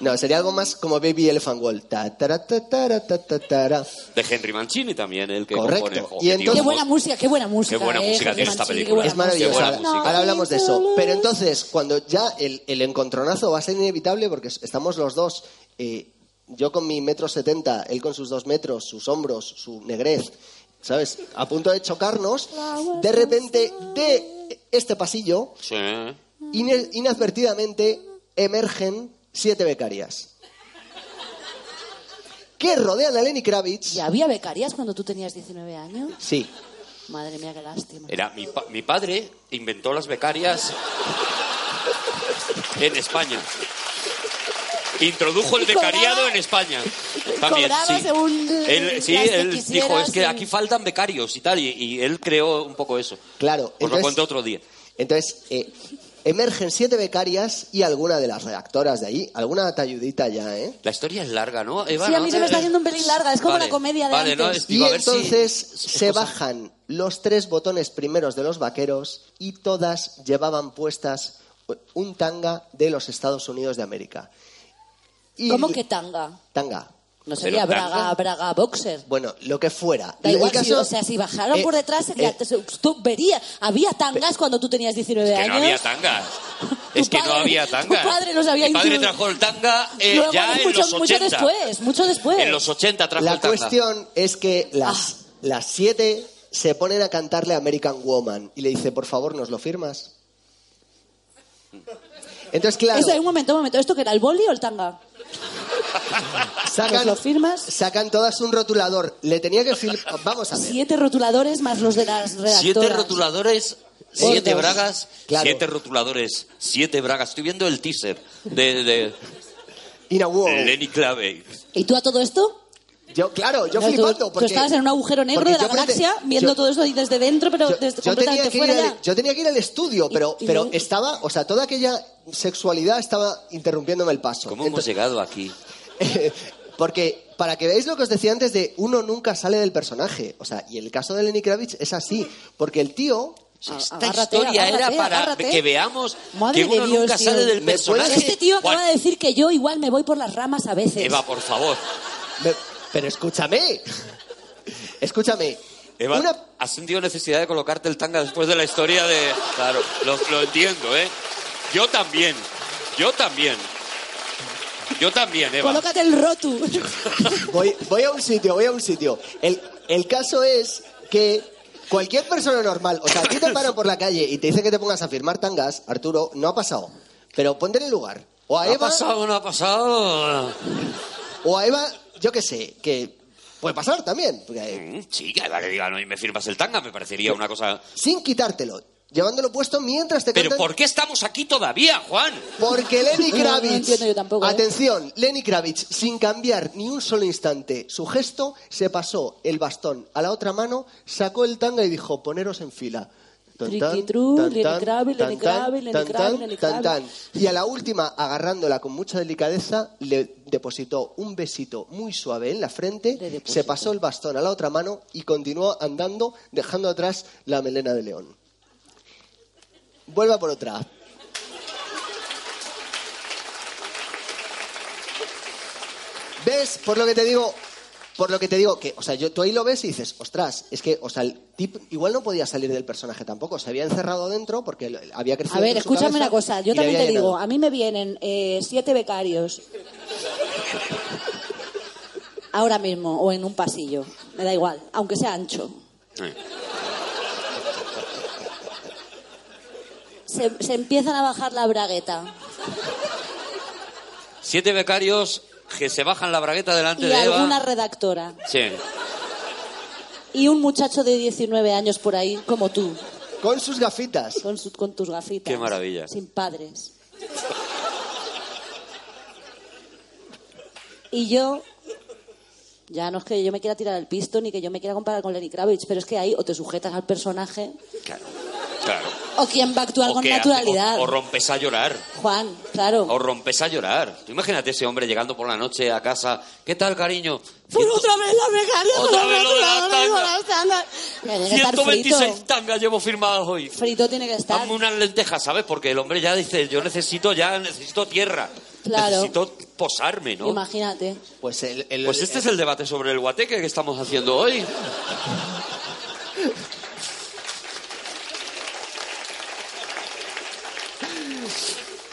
S3: No, sería algo más como Baby Elephant Wall. Ta, tara, ta, tara, ta, ta, tara.
S1: De Henry Mancini también, el que
S3: Correcto.
S1: compone... Jo, qué
S3: Y
S1: tío,
S3: entonces-
S2: Qué
S1: como-
S2: buena música, qué buena música.
S1: buena
S2: eh,
S1: música
S2: Henry
S1: tiene esta
S2: Mancini,
S1: película.
S2: qué
S3: Es
S2: buena
S3: maravilloso.
S1: Qué
S2: música.
S1: buena
S3: Ahora,
S1: música.
S3: ahora hablamos de eso. Pero entonces, cuando ya el, el encontronazo va a ser inevitable, porque estamos los dos, eh, yo con mi metro setenta, él con sus dos metros, sus hombros, su negrez, ¿sabes? A punto de chocarnos, de repente, de este pasillo,
S1: Sí.
S3: ine- inadvertidamente emergen siete becarias que rodean a Lenny Kravitz.
S2: ¿Y había becarias cuando tú tenías 19 años?
S3: Sí.
S2: Madre mía, qué lástima.
S1: Era mi, pa- mi padre inventó las becarias en España. Introdujo el
S2: Y cobraba-
S1: becariado en España.
S2: y
S1: También,
S2: cobraba
S1: sí.
S2: según
S1: Él, sí,
S2: las que
S1: él dijo,
S2: quisieras
S1: es que
S2: y-
S1: aquí faltan becarios y tal, y, y él creó un poco eso.
S3: Claro,
S1: Os lo
S3: entonces-
S1: cuento otro día.
S3: Entonces, eh, emergen siete becarias y alguna de las redactoras de ahí, alguna talludita ya, ¿eh?
S1: La historia es larga, ¿no? Eva,
S5: Sí, a
S1: ¿no? Eh,
S5: mí se me está haciendo un pelín larga, es como
S1: Vale,
S5: la comedia de
S1: vale,
S5: antes.
S1: no, es- Digo,
S3: y
S1: a ver si-
S3: entonces
S1: si
S3: se
S1: cosa-
S3: bajan los tres botones primeros de los vaqueros y todas llevaban puestas un tanga de los Estados Unidos de América. Y-
S2: ¿Cómo que tanga?
S3: Tanga.
S2: No sería
S1: ¿Pero tanga?
S2: braga, braga boxer.
S3: Bueno, lo que fuera.
S2: Da
S3: El
S2: igual, si-
S3: caso-
S2: o sea, si bajaron
S3: eh,
S2: por detrás,
S3: eh,
S2: ya te- tú verías. Había tangas cuando tú tenías 19
S1: Que no
S2: años.
S1: había tangas. Es que no
S2: padre-
S1: había
S2: tu
S1: tangas.
S2: padre nos había
S1: Mi padre
S2: introdu-
S1: trajo el tanga eh,
S2: Luego,
S1: ya en
S2: mucho,
S1: los 80.
S2: mucho después, mucho después.
S1: En los 80 trajo el
S3: la
S1: tanga.
S3: cuestión es que
S2: Ah.
S3: las, las siete se ponen a cantarle American Woman y le dice, por favor, ¿nos lo firmas? Entonces, claro,
S2: Eso, un momento, un momento. ¿Esto que era el boli o el tanga?
S3: sacan,
S2: ¿nos lo firmas?
S3: sacan todas un rotulador. Le tenía que firmar... Vamos a ver.
S2: Siete rotuladores más los de las redactoras.
S1: Siete rotuladores, siete
S2: Gordos.
S1: bragas,
S3: Claro.
S1: siete rotuladores, siete bragas. Estoy viendo el teaser de, de
S3: In a world.
S1: Lenny Kravitz.
S2: ¿Y tú a todo esto?
S3: Yo, claro, yo
S2: No, tú-
S3: flipando.
S2: Tú
S3: porque-
S2: estabas en un agujero negro
S3: porque
S2: de la
S3: yo prete-
S2: galaxia viendo
S3: yo-
S2: todo eso ahí desde dentro, pero
S3: yo-
S2: desde
S3: yo tenía
S2: completamente
S3: que ir
S2: fuera
S3: al,
S2: ya.
S3: yo tenía que ir al estudio, pero,
S2: y
S3: pero
S2: no-
S3: estaba, o sea, toda aquella sexualidad estaba interrumpiéndome el paso.
S1: ¿Cómo hemos llegado aquí?
S3: Entonces- porque para que veáis lo que os decía antes de uno nunca sale del personaje, o sea, y el caso de Lenny Kravitz es así, porque el tío
S1: Esta
S2: Agárrate,
S1: historia
S2: agárrate,
S1: era para
S2: agárrate.
S1: que veamos
S2: Madre
S1: que uno
S2: de Dios,
S1: nunca
S2: tío.
S1: sale del
S3: ¿Me
S1: personaje.
S3: puedes-
S2: Este tío acaba
S1: Juan-
S2: de decir que yo igual me voy por las ramas a veces.
S1: Eva, por favor.
S3: Me- Pero escúchame. Escúchame.
S1: Eva,
S3: Una-
S1: has sentido necesidad de colocarte el tanga después de la historia de... Claro, lo, lo entiendo, ¿eh? Yo también, yo también. Yo también, Eva.
S2: Colócate el rotu.
S3: voy, voy a un sitio, voy a un sitio. El, el caso es que cualquier persona normal, o sea, a ti te paran por la calle y te dicen que te pongas a firmar tangas, Arturo, no ha pasado. Pero ponte en el lugar. O a
S1: ¿Ha
S3: Eva,
S1: pasado no ha pasado?
S3: o a Eva, yo qué sé, que puede pasar también. porque- eh,
S1: Mm, Sí, que Eva le diga, no, y me firmas el tanga, me parecería una cosa...
S3: sin quitártelo, llevándolo puesto mientras te
S1: Pero
S3: cantan-
S1: ¿por qué estamos aquí todavía, Juan?
S3: Porque Lenny
S2: No, no
S3: Kravitz.
S2: entiendo yo tampoco, ¿eh?
S3: Atención, Lenny Kravitz, sin cambiar ni un solo instante su gesto, se pasó el bastón a la otra mano, sacó el tanga y dijo: poneros en fila.
S2: Triqui-tru, Lenny Kravitz, Lenny Kravitz, Lenny
S3: tan, tan,
S2: Kravitz, Lenny
S3: tan, tan.
S2: Kravitz.
S3: Y a la última, agarrándola con mucha delicadeza, le depositó un besito muy suave en la
S2: Le
S3: frente,
S2: depositó.
S3: se pasó el bastón a la otra mano y continuó andando, dejando atrás la melena de león. Vuelva por otra. ¿Ves? Por lo que te digo, por lo que te digo, que, o sea, yo, tú ahí lo ves y dices, ostras, es que, o sea, el tip igual no podía salir del personaje tampoco, se había encerrado dentro porque lo- había crecido.
S2: A ver,
S3: en su
S2: escúchame
S3: cabeza
S2: una cosa. Yo
S3: y le
S2: también
S3: había
S2: te digo,
S3: llenado.
S2: a mí me vienen eh, siete becarios ahora mismo o en un pasillo. Me da igual, aunque sea ancho. Eh. Se, se empiezan a bajar la bragueta.
S1: Siete becarios que se bajan la bragueta delante
S2: Y
S1: de Eva.
S2: alguna redactora.
S1: Sí.
S2: Y un muchacho de 19 años por ahí, como tú,
S3: Con sus gafitas.
S2: con, su- con tus gafitas.
S1: Qué maravilla.
S2: Sin padres. Y yo. Ya no es que yo me quiera tirar al pisto ni que yo me quiera comparar con Lenny Kravitz, pero es que ahí o te sujetas al personaje
S1: Claro. Claro.
S2: o quien va a actuar
S1: ¿O
S2: con
S1: qué hace?
S2: naturalidad.
S1: O, o rompes a llorar.
S2: Juan, claro.
S1: O rompes a llorar. Tú imagínate ese hombre llegando por la noche a casa. ¿qué tal, cariño?
S2: Por otra vez la becaria,
S1: Otra
S2: por
S1: vez lo de la
S2: otra vez
S1: tanga.
S2: las tangas. Que tiene que estar
S1: 126
S2: frito.
S1: tangas llevo firmadas hoy.
S2: Frito tiene que estar.
S1: Hazme unas lentejas, ¿sabes? Porque el hombre ya dice, yo necesito ya, necesito tierra.
S2: Claro.
S1: Necesito posarme, ¿no?
S2: Imagínate.
S3: Pues, el, el-
S1: Pues este es el debate sobre el guateque que estamos haciendo hoy.
S3: eh,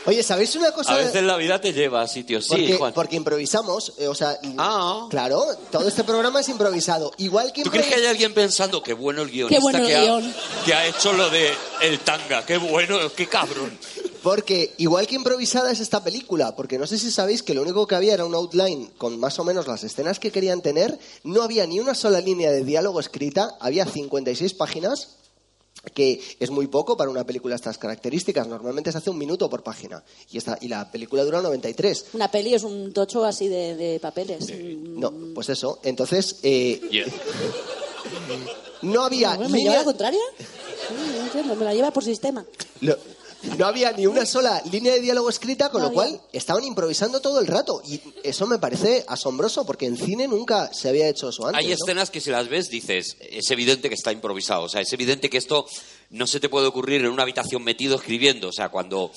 S3: Oye, ¿sabéis una cosa?
S1: A veces la vida te lleva a sitios. Sí,
S3: Porque,
S1: Juan.
S3: porque improvisamos, eh, o sea,
S1: Ah.
S3: claro, todo este programa es improvisado. Igual que
S1: ¿Tú crees que hay
S3: improvis-
S1: alguien pensando qué bueno el guionista
S2: bueno el
S1: que,
S2: guión.
S1: ha, que ha hecho lo de el tanga? Qué bueno, qué cabrón.
S3: Porque igual que improvisada es esta película, porque no sé si sabéis que lo único que había era un outline con más o menos las escenas que querían tener, no había ni una sola línea de diálogo escrita, había 56 páginas, que es muy poco para una película de estas características, normalmente se hace un minuto por página, y, esta, y la película dura 93.
S2: Una peli es un tocho así de, de papeles. Mm,
S3: No, pues eso, entonces eh,
S1: Yeah.
S3: no había...
S2: Bueno, ¿Me
S3: línea-
S2: lleva la contraria? Mm, No entiendo, me la lleva por sistema.
S3: Lo- no había ni una sola línea de diálogo escrita, con
S2: No
S3: lo
S2: había.
S3: cual estaban improvisando todo el rato. Y eso me parece asombroso, porque en cine nunca se había hecho eso antes.
S1: Hay
S3: ¿no?
S1: escenas que si las ves dices, es evidente que está improvisado, o sea, es evidente que esto no se te puede ocurrir en una habitación metido escribiendo, o sea, cuando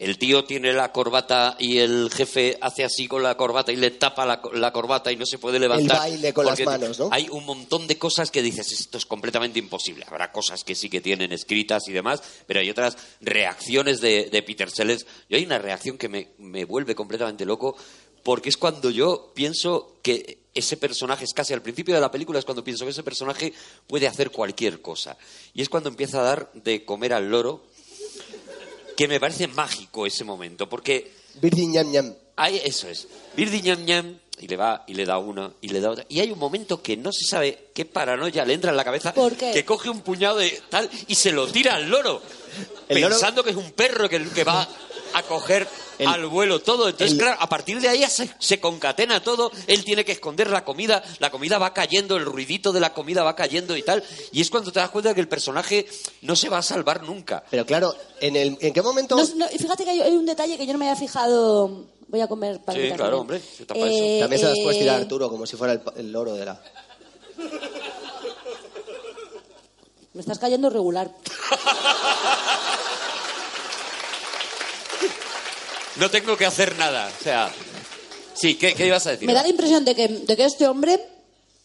S1: el tío tiene la corbata y el jefe hace así con la corbata y le tapa la, co- la corbata y no se puede levantar.
S3: baile con
S1: porque
S3: las manos, ¿no?
S1: Hay un montón de cosas que dices, esto es completamente imposible. Habrá cosas que sí que tienen escritas y demás, pero hay otras reacciones de, de Peter Sellers. Yo hay una reacción que me, me vuelve completamente loco, porque es cuando yo pienso que ese personaje, es casi al principio de la película, es cuando pienso que ese personaje puede hacer cualquier cosa. Y es cuando empieza a dar de comer al loro, que me parece mágico ese momento, porque
S3: Virgin Ñam Ñam.
S1: Ahí, eso es. Birdi ñam ñam, y le va, y le da una, y le da otra. Y hay un momento que no se sabe qué paranoia le entra en la cabeza.
S2: ¿Por qué?
S1: Que coge un puñado de tal y se lo tira al loro.
S3: El loro-
S1: pensando que es un perro que, que va a coger
S3: El-
S1: al vuelo todo. Entonces,
S3: el-
S1: claro, a partir de ahí ya se, se concatena todo. Él tiene que esconder la comida. La comida va cayendo, el ruidito de la comida va cayendo y tal. Y es cuando te das cuenta que el personaje no se va a salvar nunca.
S3: Pero claro, ¿en, el, ¿en qué momento...?
S2: No, no, fíjate que hay, hay un detalle que yo no me había fijado. Voy a Eh, comer para
S1: Sí, claro, hombre, que está para eso.
S3: También se las puedes tirar a Arturo, como si fuera el, pa- el loro de la...
S2: Me estás cayendo regular.
S1: No tengo que hacer nada. O sea. Sí, ¿qué, qué ibas a decir?
S2: Me da la impresión de que, de que este hombre,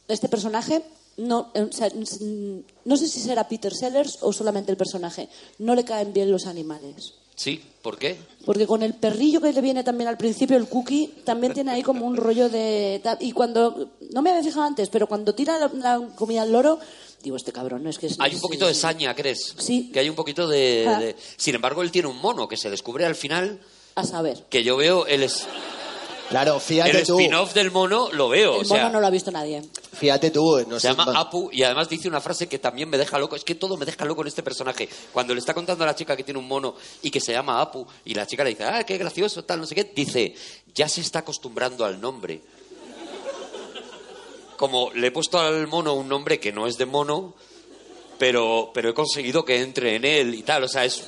S2: este personaje, no, eh, o sea, n- no sé si será Peter Sellers o solamente el personaje. No le caen bien los animales.
S1: Sí, ¿por qué?
S2: Porque con el perrillo que le viene también al principio, el cookie, también tiene ahí como un rollo de... ta- Y cuando... No me había fijado antes, pero cuando tira la, la comida al loro, digo, este cabrón, no es que... es-
S1: Hay un
S2: es-
S1: poquito de
S2: es-
S1: saña, ¿crees?
S2: Sí.
S1: Que hay un poquito de,
S2: Ah.
S1: de- Sin embargo, él tiene un mono que se descubre al final.
S2: A saber.
S1: Que yo veo el, es-
S3: Claro,
S1: el
S3: fíjate tú,
S1: spin-off del mono, lo veo.
S2: El
S1: o sea,
S2: mono no lo ha visto nadie.
S3: fíjate tú. Pues No
S1: Se
S3: sé,
S1: llama
S3: ma-
S1: Apu y además dice una frase que también me deja loco. Es que todo me deja loco en este personaje. Cuando le está contando a la chica que tiene un mono y que se llama Apu y la chica le dice, ah, qué gracioso, tal, no sé qué, dice, ya se está acostumbrando al nombre. Como le he puesto al mono un nombre que no es de mono, pero, pero he conseguido que entre en él y tal. O sea, es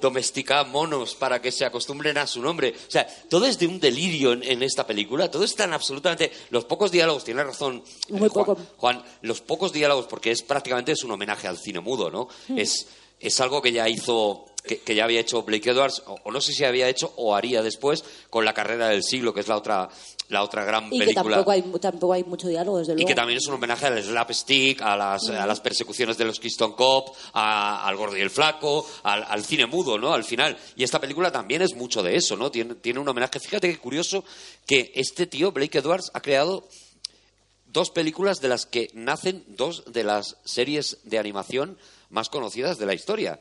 S1: domestica monos para que se acostumbren a su nombre. O sea, todo es de un delirio en, en esta película. Todo es tan absolutamente... Los pocos diálogos, tiene razón
S2: Muy
S1: eh, Juan,
S2: poco.
S1: Juan, los pocos diálogos, porque es prácticamente es un homenaje al cine mudo, ¿no?
S2: Mm.
S1: Es, es algo que ya hizo... Que, que ya había hecho Blake Edwards, o, o no sé si había hecho o haría después con la carrera del siglo, que es la otra, la otra gran
S2: Y que
S1: película.
S2: tampoco hay, tampoco hay mucho diálogo, desde
S1: Y
S2: luego. Mm.
S1: que también es un homenaje al slapstick, a las, a las persecuciones de los Keystone Cop, a- al gordo y el flaco, al, al cine mudo, ¿no? Al final. Y esta película también es mucho de eso, ¿no? Tiene, tiene un homenaje. Fíjate qué curioso que este tío, Blake Edwards, ha creado dos películas de las que nacen dos de las series de animación más conocidas de la historia.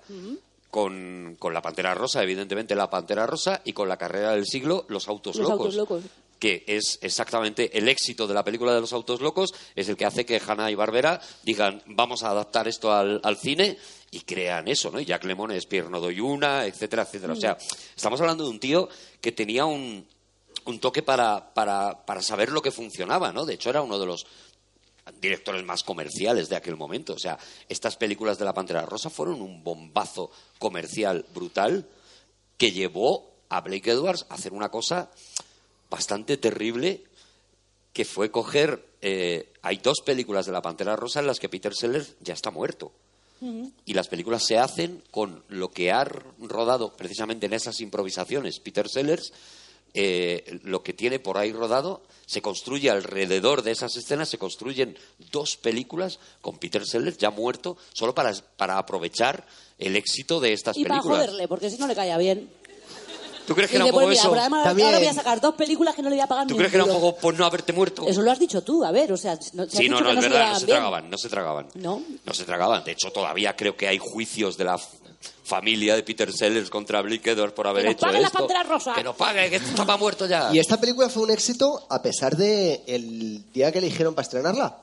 S1: Con, con La Pantera Rosa, evidentemente La Pantera Rosa, y con La Carrera del Siglo, Los Autos
S2: Los
S1: Locos.
S2: Autos Locos.
S1: Que es exactamente el éxito de la película de Los Autos Locos, es el que hace que Hanna y Barbera digan, vamos a adaptar esto al, al cine, y crean eso, ¿no? Y Jack Lemmon es Pierno Doyuna, etcétera, etcétera. O sea,
S2: Mm.
S1: estamos hablando de un tío que tenía un, un toque para, para, para saber lo que funcionaba, ¿no? De hecho, era uno de los directores más comerciales de aquel momento. O sea, estas películas de La Pantera Rosa fueron un bombazo comercial brutal que llevó a Blake Edwards a hacer una cosa bastante terrible que fue coger... eh, hay dos películas de La Pantera Rosa en las que Peter Sellers ya está muerto. Y las películas se hacen con lo que ha rodado precisamente en esas improvisaciones Peter Sellers. eh, lo que tiene por ahí rodado se construye alrededor de esas escenas, se construyen dos películas con Peter Sellers ya muerto, solo para, para aprovechar el éxito de estas
S2: Y para
S1: películas.
S2: joderle, porque si no le caía bien.
S1: ¿Tú crees que
S5: Y
S1: era un
S5: de-
S1: poco
S5: pues mira,
S1: eso?
S5: por además,
S3: También.
S5: Ahora voy a sacar dos películas que no le voy a pagar
S1: ¿Tú
S5: ni
S1: crees que era un
S5: duro.
S1: poco por no haberte muerto?
S2: Eso lo has dicho tú, a ver, o sea... No, si has
S1: Sí, no,
S2: dicho
S1: no, es
S2: que
S1: verdad,
S2: se
S1: no
S2: llevaban
S1: se
S2: bien.
S1: tragaban, no se tragaban.
S2: No.
S1: No se tragaban. De hecho, todavía creo que hay juicios de la f- familia de Peter Sellers contra Blake Edwards por haber
S5: Que nos
S1: hecho
S5: paguen la
S1: esto.
S5: Pantera Rosa.
S1: Que nos pague, que esto estaba muerto ya.
S3: Y esta película fue un éxito a pesar de el día que eligieron para estrenarla.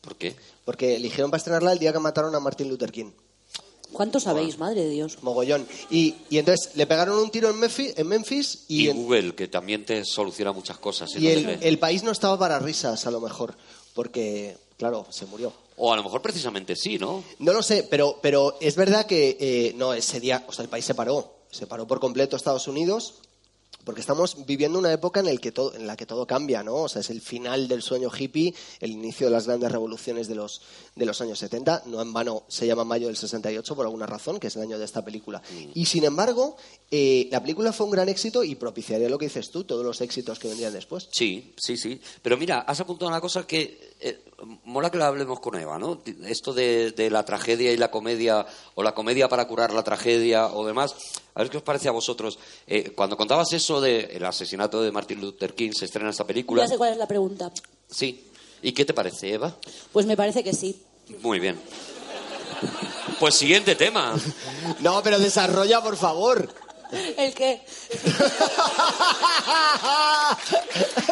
S1: ¿Por qué?
S3: Porque eligieron para estrenarla el día que mataron a Martin Luther King.
S2: ¿Cuánto sabéis, madre de Dios?
S3: Mogollón. Y, y entonces le pegaron un tiro en Memphis, en Memphis
S1: Y,
S3: y, en-
S1: Google, que también te soluciona muchas cosas. si
S3: y
S1: no te
S3: el,
S1: crees.
S3: el país no estaba para risas, a lo mejor. Porque, claro, se murió.
S1: O a lo mejor precisamente sí, ¿no?
S3: No lo sé, pero, pero es verdad que eh, no, ese día, o sea, el país se paró. Se paró por completo Estados Unidos. Porque estamos viviendo una época en, el que todo, en la que todo cambia, ¿no? O sea, es el final del sueño hippie, el inicio de las grandes revoluciones de los, de los años 70. No en vano se llama mayo del 68 por alguna razón, que es el año de esta película. Y sin embargo, eh, la película fue un gran éxito y propiciaría lo que dices tú, todos los éxitos que vendrían después.
S1: Sí, sí, sí. Pero mira, has apuntado una cosa que eh, mola que la hablemos con Eva, ¿no? Esto de, de la tragedia y la comedia, o la comedia para curar la tragedia o demás. A ver qué os parece a vosotros. Eh, cuando contabas eso del el asesinato de Martin Luther King, se estrena esta película.
S2: Ya sé cuál es la pregunta.
S1: Sí. ¿Y qué te parece, Eva?
S2: Pues me parece que sí.
S1: Muy bien. Pues siguiente tema.
S3: No, pero desarrolla, por favor.
S2: ¿El qué?
S3: Ah,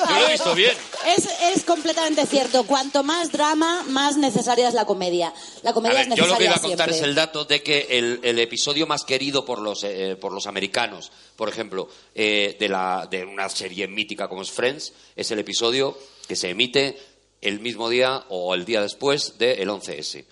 S1: Yo lo he visto bien.
S2: Es, es completamente cierto. Cuanto más drama, más necesaria es la comedia. La
S1: A
S2: comedia
S1: ver,
S2: es
S1: yo lo
S2: necesaria
S1: que iba a contar
S2: siempre.
S1: es el dato de que el, el episodio más querido por los, eh, por los americanos, por ejemplo, eh, de, la, de una serie mítica como es Friends, es el episodio que se emite el mismo día o el día después del 11S.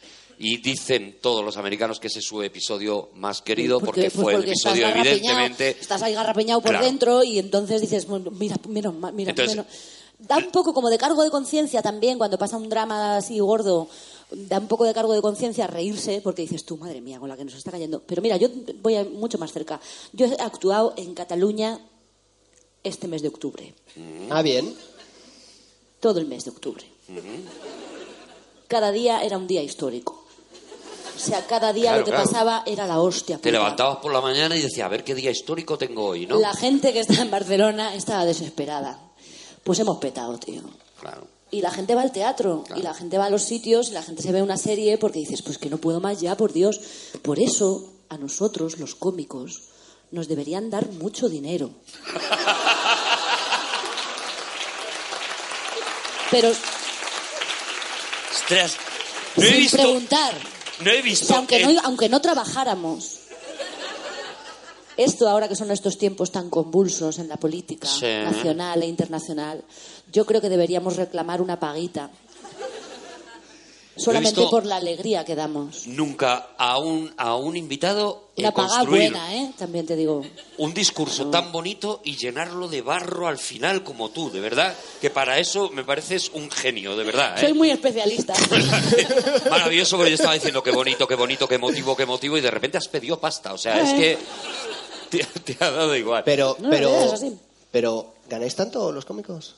S1: Y dicen todos los americanos que ese es su episodio más querido porque,
S2: pues
S1: fue
S2: porque
S1: el
S2: estás
S1: episodio,
S2: garrapiñado,
S1: evidentemente.
S2: Estás ahí garrapeñado por
S1: Claro.
S2: dentro y entonces dices, bueno, mira, menos mal, mira,
S1: Entonces-
S2: menos- Da un poco como de cargo de conciencia también cuando pasa un drama así gordo. Da un poco de cargo de conciencia reírse porque dices tú, madre mía, con la que nos está cayendo. Pero mira, yo voy a- mucho más cerca. Yo he actuado en Cataluña este mes de octubre.
S3: Ah, bien.
S2: Todo el mes de octubre. Cada día era un día histórico. O sea, cada día
S1: Claro,
S2: lo que
S1: claro.
S2: pasaba era la hostia.
S1: Te
S2: puta.
S1: levantabas por la mañana y decías, a ver qué día histórico tengo hoy, ¿no?
S2: La gente que está en Barcelona estaba desesperada. Pues hemos petado, tío.
S1: Claro.
S2: Y la gente va al teatro,
S1: Claro.
S2: y la gente va a los sitios, y la gente se ve una serie porque dices, pues que no puedo más ya, por Dios. Por eso, a nosotros, los cómicos, nos deberían dar mucho dinero. Pero
S1: Ostras, no he
S2: sin
S1: visto.
S2: preguntar.
S1: No he
S2: O
S1: visto.
S2: sea, aunque,
S1: en-
S2: no, aunque no trabajáramos. Esto ahora que son estos tiempos tan convulsos en la política
S1: Sí.
S2: nacional e internacional, yo creo que deberíamos reclamar una paguita. Solamente
S1: visto- Eh,
S2: por la alegría que damos.
S1: nunca a un, a un invitado eh,
S2: Una paga
S1: construir
S2: buena, ¿eh? También te digo.
S1: un discurso
S2: Mm.
S1: tan bonito y llenarlo de barro al final como tú, de verdad, que para eso me pareces un genio, de verdad. ¿eh?
S2: Soy muy especialista.
S1: Maravilloso, porque yo estaba diciendo qué bonito, qué bonito, qué emotivo, qué emotivo, y de repente has pedido pasta, o sea, es
S2: Eh.
S1: que te, te ha dado igual.
S3: Pero,
S2: No, no, es
S3: pero,
S2: así.
S3: pero, ¿ganáis tanto los cómicos?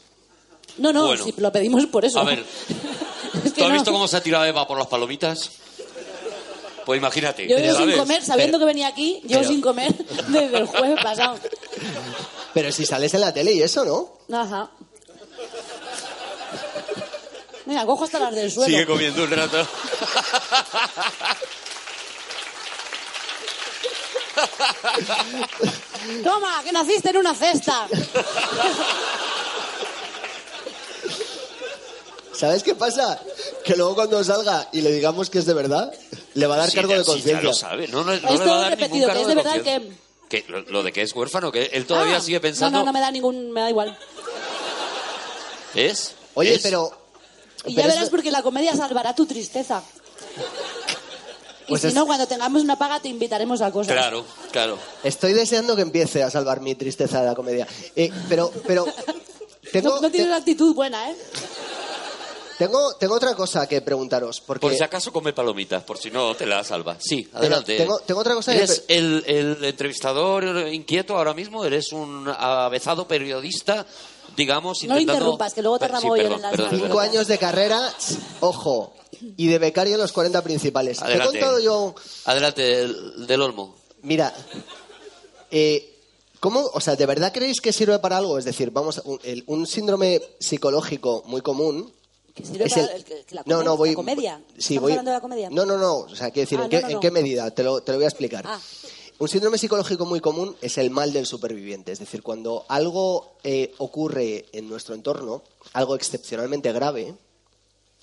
S2: No, no,
S1: Bueno.
S2: si lo pedimos por eso.
S1: A ver,
S2: Es que
S1: ¿tú has
S2: no.
S1: visto cómo se ha tirado Eva por las palomitas? Pues imagínate.
S2: Yo vivo sin
S1: ¿sabes?
S2: comer, sabiendo que venía aquí, yo
S3: pero-
S2: sin comer desde el jueves pasado.
S3: Pero si sales en la tele y eso, ¿no?
S2: Ajá. Mira, cojo hasta las del suelo.
S1: Sigue comiendo un rato.
S2: Toma, que naciste en una cesta.
S3: ¿Sabes qué pasa? Que luego cuando salga y le digamos que es de verdad, le va a dar
S1: Sí,
S3: cargo
S1: ya-
S3: de
S1: sí, ya lo
S3: conciencia.
S1: sabe. No, no, no
S2: Esto
S1: le va a
S2: he
S1: dar ningún
S2: repetido, que
S1: cargo
S2: es de verdad
S1: conciencia. Que lo, lo de que es huérfano, que él todavía
S2: Ah,
S1: sigue pensando.
S2: No, no, no me da ningún, me da igual.
S1: ¿Es?
S3: Oye,
S1: ¿Es?
S3: pero...
S2: Y ya
S3: pero
S2: verás
S3: esto-
S2: porque la comedia salvará tu tristeza. Y
S3: Pues
S2: si
S3: es-
S2: no, cuando tengamos una paga te invitaremos a cosas.
S1: Claro, claro.
S3: Estoy deseando que empiece a salvar mi tristeza de la comedia. Eh, pero, pero... Tengo,
S2: No, no tienes una actitud buena, ¿eh?
S3: tengo, tengo otra cosa que preguntaros, porque...
S1: Por si acaso come palomitas, por si no te la salva. Sí,
S3: Pero
S1: adelante.
S3: tengo- tengo otra cosa que-
S1: Eres el, el entrevistador inquieto ahora mismo, eres un avezado periodista, digamos,
S2: No lo
S1: intentando...
S2: interrumpas, que luego te
S1: Per- sí,
S2: ramo yo
S1: perdón,
S2: en las
S1: perdón,
S2: manos.
S1: perdón.
S3: Cinco años de carrera, ojo, y de becario en los 40 principales. Te he
S1: Adelante.
S3: contado yo
S1: Adelante, del, del Olmo.
S3: Mira, eh, ¿Cómo, o sea, de verdad creéis que sirve para algo? Es decir, vamos, a- un, el- un síndrome psicológico muy común.
S5: Que sirve
S3: es
S5: para
S3: el-
S5: el que- que la
S3: no,
S5: comedia-
S3: no, voy.
S5: la comedia.
S3: sí,
S5: ¿Estamos
S3: voy-
S5: hablando de la comedia?
S3: No, no, no. O sea, quiero decir,
S5: Ah,
S3: ¿en, qué,
S5: no, no,
S3: en
S5: no.
S3: qué medida? Te lo, te lo voy a explicar.
S5: Ah.
S3: Un síndrome psicológico muy común es el mal del superviviente. Es decir, cuando algo eh, ocurre en nuestro entorno, algo excepcionalmente grave,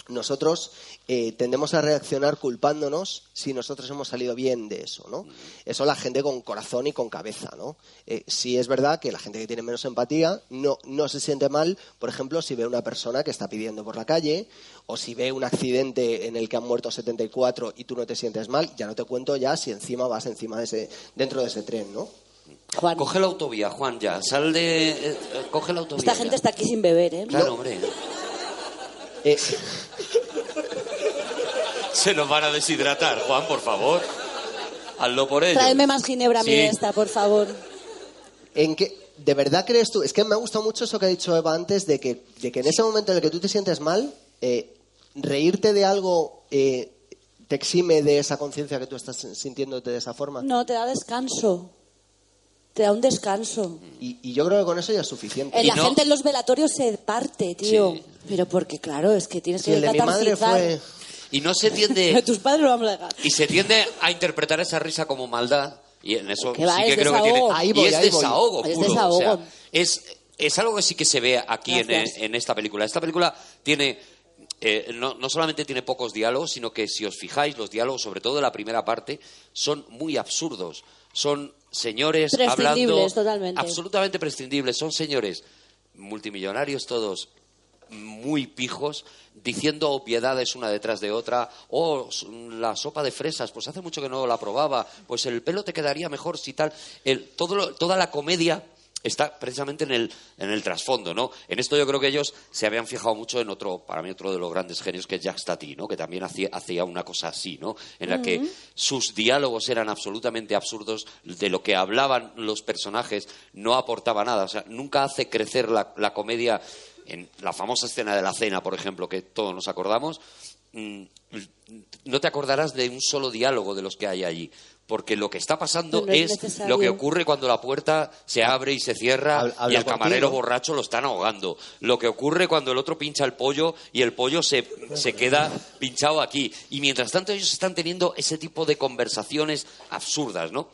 S3: nosotros eh, tendemos a reaccionar culpándonos si nosotros hemos salido bien de eso, ¿no? Eso la gente con corazón y con cabeza, ¿no? Eh, sí es verdad que la gente que tiene menos empatía no, no se siente mal, por ejemplo, si ve una persona que está pidiendo por la calle o si ve un accidente en el que han muerto 74 y tú no te sientes mal, ya no te cuento ya si encima vas encima de ese, dentro de ese tren, ¿no?
S2: Juan,
S1: Coge la autovía, Juan, ya. Sal de... eh, eh, coge la autovía.
S2: esta
S1: ya.
S2: gente está aquí sin beber, ¿eh?
S1: Claro, hombre.
S3: Eh,
S1: Se nos van a deshidratar, Juan, por favor. Hazlo por ello.
S5: Tráeme más ginebra a mí
S1: Sí.
S5: de esta, por favor.
S3: ¿En qué, ¿De verdad crees tú? Es que me ha gustado mucho eso que ha dicho Eva antes, de que, de que en ese momento en el que tú te sientes mal, eh, reírte de algo eh, te exime de esa conciencia que tú estás sintiéndote de esa forma.
S5: No, te da descanso. Te da un descanso.
S3: Y, y yo creo que con eso ya es suficiente.
S1: Y
S2: Eh, la
S1: no-
S2: gente en los velatorios se parte, tío.
S1: Sí.
S2: Pero porque, claro, es que tienes
S3: Si
S2: que
S3: el de mi madre
S2: catastrofizar.
S3: fue...
S1: Y no se tiende...
S5: Tus padres lo vamos a dejar.
S1: Y se tiende a interpretar esa risa como maldad. Y en eso
S2: Que va,
S1: sí que
S2: es
S1: creo que tiene.
S2: desahogo.
S3: Ahí voy,
S1: y es
S3: ahí voy.
S1: desahogo,
S2: Es
S1: puro,
S2: desahogo.
S1: o sea, es, es algo que sí que se ve aquí en,
S2: Gracias.
S1: en esta película. Esta película tiene. eh, no, no solamente tiene pocos diálogos, sino que si os fijáis, los diálogos, sobre todo de la primera parte, son muy absurdos. Son señores hablando.
S2: Prescindibles, totalmente.
S1: Absolutamente prescindibles. Son señores multimillonarios todos, muy pijos, diciendo obviedades una detrás de otra. Oh, s- la sopa de fresas, pues hace mucho que no la probaba. Pues el pelo te quedaría mejor si tal. El, todo lo- toda la comedia está precisamente en el, en el trasfondo, ¿no? En esto yo creo que ellos se habían fijado mucho en otro, para mí otro de los grandes genios que es Jacques Tati, ¿no? Que también hacía, hacía una cosa así, ¿no? En la que sus diálogos eran absolutamente absurdos, de lo que hablaban los personajes no aportaba nada, o sea, nunca hace crecer la, la comedia en la famosa escena de la cena, por ejemplo, que todos nos acordamos, mm, no te acordarás de un solo diálogo de los que hay allí, porque lo que está pasando
S2: No, no es
S1: es
S2: necesario.
S1: lo que ocurre cuando la puerta se abre y se cierra
S3: Habla-
S1: y
S3: habla
S1: el
S3: por ti,
S1: camarero
S3: ¿no?
S1: borracho lo están ahogando. Lo que ocurre cuando el otro pincha el pollo y el pollo se, se queda pinchado aquí. Y mientras tanto ellos están teniendo ese tipo de conversaciones absurdas, ¿no?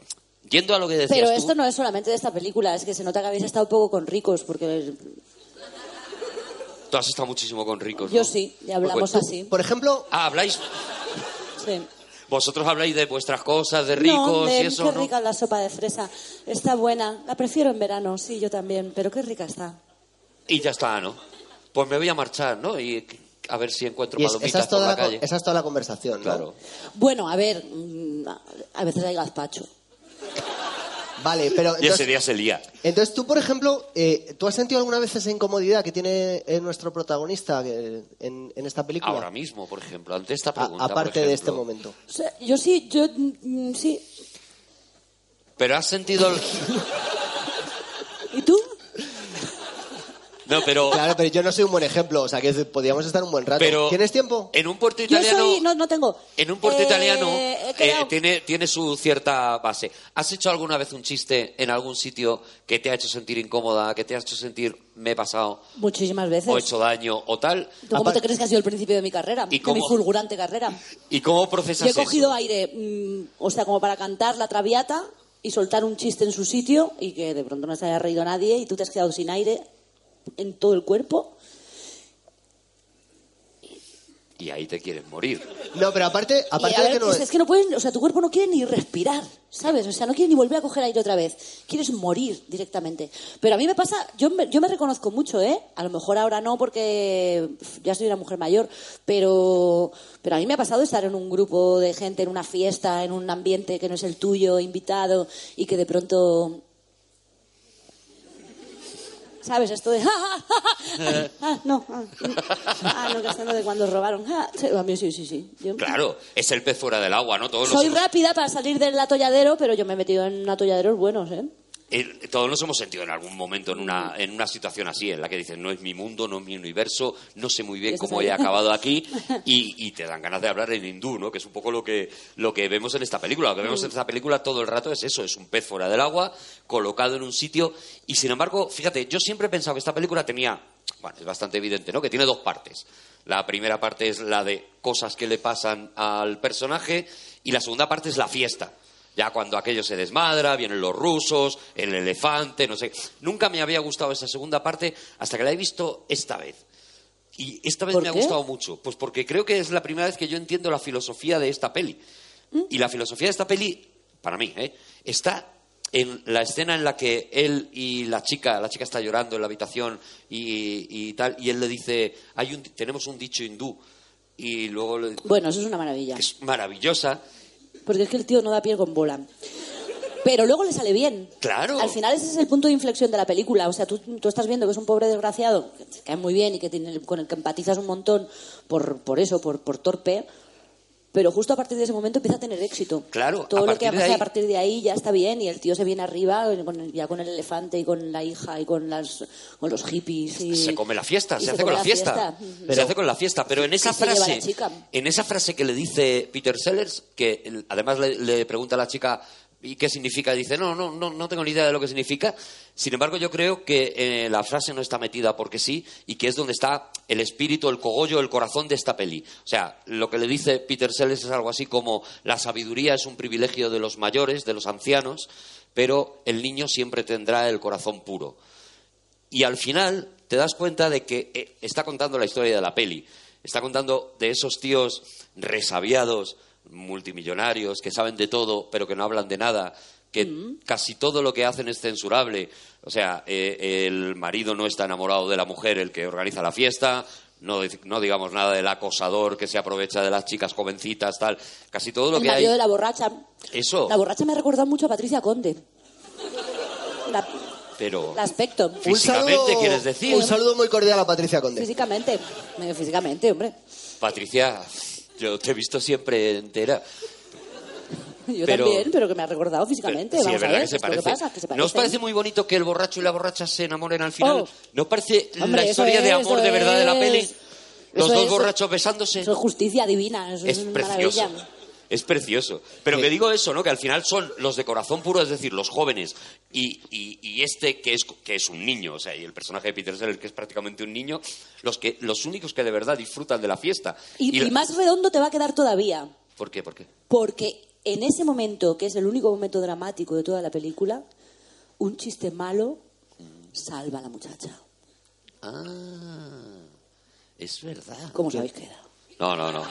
S1: Yendo a lo que decías
S2: Pero
S1: tú,
S2: esto no es solamente de esta película, es que se nota que habéis estado poco con ricos, porque
S1: tú has estado muchísimo con ricos,
S2: yo
S1: Pues ¿no?
S2: sí, ya hablamos
S1: Pues-
S2: así.
S3: Por ejemplo,
S1: Ah, habláis...
S2: Sí.
S1: Vosotros habláis de vuestras cosas, de ricos
S2: no, de-
S1: y eso,
S2: qué
S1: ¿no?
S2: rica la sopa de fresa. Está buena, la prefiero en verano, sí, yo también, pero qué rica está.
S1: Y ya está, ¿no? Pues me voy a marchar, ¿no? Y a ver si encuentro
S3: y es-
S1: palomitas
S3: esa, es
S1: por
S3: toda
S1: la
S3: la, co-
S1: calle.
S3: esa es toda la conversación, ¿no?
S1: Claro.
S2: Bueno, a ver, mm, a veces hay gazpacho.
S3: Vale, pero
S1: Y ese
S3: entonces,
S1: día se lía.
S3: entonces tú, por ejemplo, eh, ¿tú has sentido alguna vez esa incomodidad que tiene eh, nuestro protagonista eh, en, en esta película?
S1: Ahora mismo, por ejemplo, ante esta
S3: A-
S1: pregunta. por
S3: aparte de este
S1: ejemplo.
S3: momento.
S2: O sea, yo sí, yo mm, sí.
S1: Pero has sentido. el-
S2: ¿Y tú?
S1: No, pero.
S3: Claro, pero yo no soy un buen ejemplo. O sea, que podríamos estar un buen rato.
S1: pero Eh,
S3: ¿Tienes tiempo?
S1: En un puerto
S2: Yo
S1: italiano.
S2: soy, no, no tengo.
S1: En un puerto
S2: Eh,
S1: italiano
S2: he
S1: eh,
S2: quedado-
S1: tiene, tiene su cierta base. ¿Has hecho alguna vez un chiste en algún sitio que te ha hecho sentir incómoda, que te ha hecho sentir me he pasado
S2: Muchísimas veces.
S1: o he hecho daño o tal?
S2: ¿Tú cómo
S3: Aparte-
S2: te crees que ha sido el principio de mi carrera?
S1: ¿Y
S2: de mi
S1: cómo?
S2: fulgurante carrera.
S1: ¿Y cómo
S2: Yo
S1: procesas
S2: he cogido
S1: eso?
S2: aire, mm, o sea, como para cantar la traviata y soltar un chiste en su sitio y que de pronto no se haya reído nadie y tú te has quedado sin aire en todo el cuerpo.
S1: Y ahí te quieres morir.
S3: No, pero aparte, aparte
S2: y a
S3: de
S2: ver, pues
S3: que
S2: es,
S3: no
S2: es que no puedes, o sea, tu cuerpo no quiere ni respirar, ¿sabes? O sea, no quiere ni volver a coger aire otra vez. Quieres morir directamente. Pero a mí me pasa, yo me, yo me reconozco mucho, ¿eh? A lo mejor ahora no porque pf, ya soy una mujer mayor, pero, pero a mí me ha pasado estar en un grupo de gente, en una fiesta, en un ambiente que no es el tuyo, invitado, y que de pronto... ¿Sabes? Esto de... "Ah, ah, ah, ah, ah, no, ah, ah, no, que esto no de cuando robaron. ah". a mí sí, sí, sí. Yo-
S1: Claro, es el pez fuera del agua, ¿no? Todos
S2: soy
S1: los...
S2: rápida para salir del atolladero, pero yo me he metido en atolladeros buenos, ¿eh?
S1: eh, todos nos hemos sentido en algún momento en una, en una situación así, en la que dices, no es mi mundo, no es mi universo, no sé muy bien
S2: Eso
S1: cómo
S2: es.
S1: he acabado aquí, y, y te dan ganas de hablar en hindú, ¿no? Que es un poco lo que, lo que vemos en esta película. Lo que vemos en esta película todo el rato es eso, es un pez fuera del agua, colocado en un sitio, y sin embargo, fíjate, yo siempre he pensado que esta película tenía, bueno, es bastante evidente, ¿no? Que tiene dos partes. La primera parte es la de cosas que le pasan al personaje, y la segunda parte es la fiesta. Ya cuando aquello se desmadra, vienen los rusos, el elefante, no sé. Nunca me había gustado esa segunda parte hasta que la he visto esta vez. Y esta vez
S2: ¿Por
S1: me ha
S2: qué?
S1: gustado mucho. Pues porque creo que es la primera vez que yo entiendo la filosofía de esta peli.
S2: ¿Mm?
S1: Y la filosofía de esta peli, para mí, ¿eh? está en la escena en la que él y la chica, la chica está llorando en la habitación y, y tal, y él le dice, Hay un, tenemos un dicho hindú. Y luego le
S2: Bueno, eso es una maravilla.
S1: que es maravillosa.
S2: Porque es que el tío no da pie con bola. Pero luego le sale bien.
S1: Claro.
S2: Al final ese es el punto de inflexión de la película. O sea, tú, tú estás viendo que es un pobre desgraciado, que te cae muy bien y que tiene, con el que empatizas un montón por, por eso, por, por torpe. Pero justo a partir de ese momento empieza a tener éxito.
S1: Claro, a
S2: Todo lo que
S1: partir de
S2: pasa
S1: ahí-
S2: a partir de ahí ya está bien y el tío se viene arriba con el- ya con el elefante y con la hija y con, las, con los hippies. Y,
S1: se come la fiesta,
S2: y
S1: se, hace con
S2: come
S1: la fiesta. se
S3: Pero-
S1: hace con la fiesta, pero en esa
S2: se lleva
S1: frase,
S2: la chica.
S1: en esa frase que le dice Peter Sellers, que el- además le, le pregunta a la chica ¿y qué significa? Y dice, no, no, no, no tengo ni idea de lo que significa. Sin embargo, yo creo que eh, la frase no está metida porque sí y que es donde está el espíritu, el cogollo, el corazón de esta peli. O sea, lo que le dice Peter Sellers es algo así como la sabiduría es un privilegio de los mayores, de los ancianos, pero el niño siempre tendrá el corazón puro y al final te das cuenta de que eh, está contando la historia de la peli. Está contando de esos tíos resabiados, multimillonarios, que saben de todo, pero que no hablan de nada, que casi todo lo que hacen es censurable. O sea, eh, el marido no está enamorado de la mujer, el que organiza la fiesta, no, dic- no digamos nada del acosador que se aprovecha de las chicas jovencitas, tal. Casi todo lo
S2: El
S1: que hay.
S2: marido de la borracha.
S1: Eso,
S2: La borracha me ha recordado mucho a Patricia Conde. La-
S1: pero.
S2: el aspecto.
S3: Un
S1: Físicamente,
S3: saludo-
S1: ¿quieres decir?
S3: Un saludo muy cordial a Patricia Conde.
S2: Físicamente, medio físicamente, hombre.
S1: Patricia, yo te he visto siempre entera.
S2: Yo
S1: Pero-
S2: también, pero que me ha recordado físicamente.
S1: Sí,
S2: Vamos
S1: es verdad
S2: a ver,
S1: que se
S2: es lo que
S1: parece.
S2: pasa, que se
S1: ¿No os parece
S2: parecen.
S1: muy bonito que el borracho y la borracha se enamoren al final?
S2: Oh.
S1: ¿No os parece la
S2: Hombre, eso
S1: historia de
S2: es,
S1: amor
S2: eso
S1: de verdad de la
S2: es.
S1: peli? Los
S2: Eso
S1: dos
S2: es.
S1: borrachos besándose.
S2: Eso es justicia divina, eso es,
S1: es
S2: una
S1: precioso.
S2: maravilla.
S1: Es precioso. Pero que digo eso, ¿no? Que al final son los de corazón puro, es decir, los jóvenes. Y, y- y este que es, que es un niño, o sea, y el personaje de Peter Sellers que es prácticamente un niño, los, que, los únicos que de verdad disfrutan de la fiesta.
S2: Y,
S1: la-
S2: y más redondo te va a quedar todavía,
S1: ¿Por qué? ¿Por qué?
S2: porque en ese momento, que es el único momento dramático de toda la película, un chiste malo salva a la muchacha.
S1: Ah, es verdad.
S2: ¿Cómo sabéis que era?
S1: No, no, no.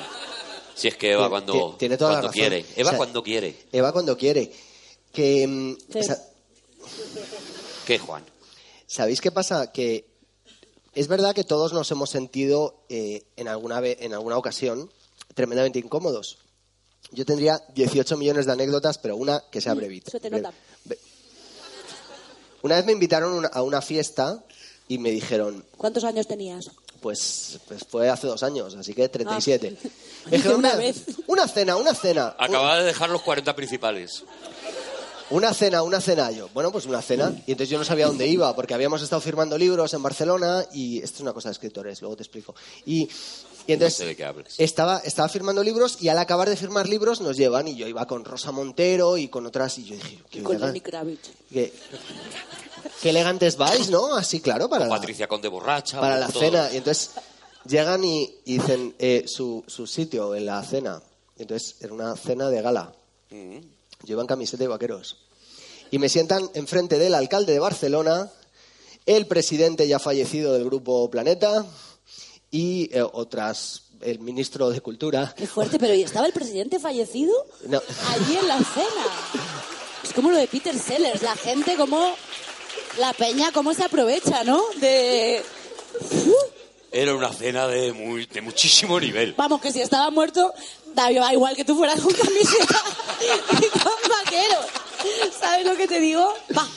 S1: Si es que Eva
S3: Ti-
S1: cuando,
S3: ti- tiene toda la
S1: cuando
S3: razón.
S1: quiere. Eva
S3: O sea,
S1: cuando quiere.
S3: Eva cuando quiere. Que, mm,
S2: Sí.
S3: sa-
S1: ¿Qué, Juan?
S3: ¿Sabéis qué pasa? Que es verdad que todos nos hemos sentido eh, en, alguna ve- en alguna ocasión tremendamente incómodos. Yo tendría 18 millones de anécdotas, pero una que sea
S2: Mm,
S3: brevita.
S2: se te
S3: Breve.
S2: nota.
S3: Be- Una vez me invitaron un- a una fiesta y me dijeron,
S2: ¿Cuántos años tenías?
S3: pues, pues fue hace dos años, así que 37.
S2: Ah.
S3: Me dijeron,
S2: Una vez.
S3: Una cena, una cena.
S1: Acaba de dejar los 40 principales.
S3: Una cena, una cena. Yo, bueno, pues una cena. Y entonces yo no sabía dónde iba, porque habíamos estado firmando libros en Barcelona y esto es una cosa de escritores, luego te explico. Y, y entonces
S1: No sé de qué hablas.
S3: Estaba, estaba firmando libros y al acabar de firmar libros nos llevan y yo iba con Rosa Montero y con otras y yo dije, qué,
S2: Con
S3: elegan-
S2: Lenny Kravitz.
S3: qué- qué elegantes vais, ¿no? Así, claro, para la,
S1: Patricia Conde borracha.
S3: para la
S1: todo.
S3: cena. Y entonces llegan y, y dicen eh, su, su sitio en la cena. Y entonces era una cena de gala.
S1: Mm.
S3: Yo iba en camiseta y vaqueros. Y me sientan enfrente del alcalde de Barcelona, el presidente ya fallecido del grupo Planeta y eh, otras, el ministro de Cultura.
S2: Qué fuerte, pero ¿y estaba el presidente fallecido?
S3: No.
S2: Allí en la cena. Es como lo de Peter Sellers, la gente como... La peña cómo se aprovecha, ¿no? De...
S1: Era una cena de, muy, de
S3: Mm.
S1: muchísimo nivel.
S2: Vamos, que si estaba muerto, da da igual que tú fueras con camiseta y con vaqueros. ¿Sabes lo que te digo? Va.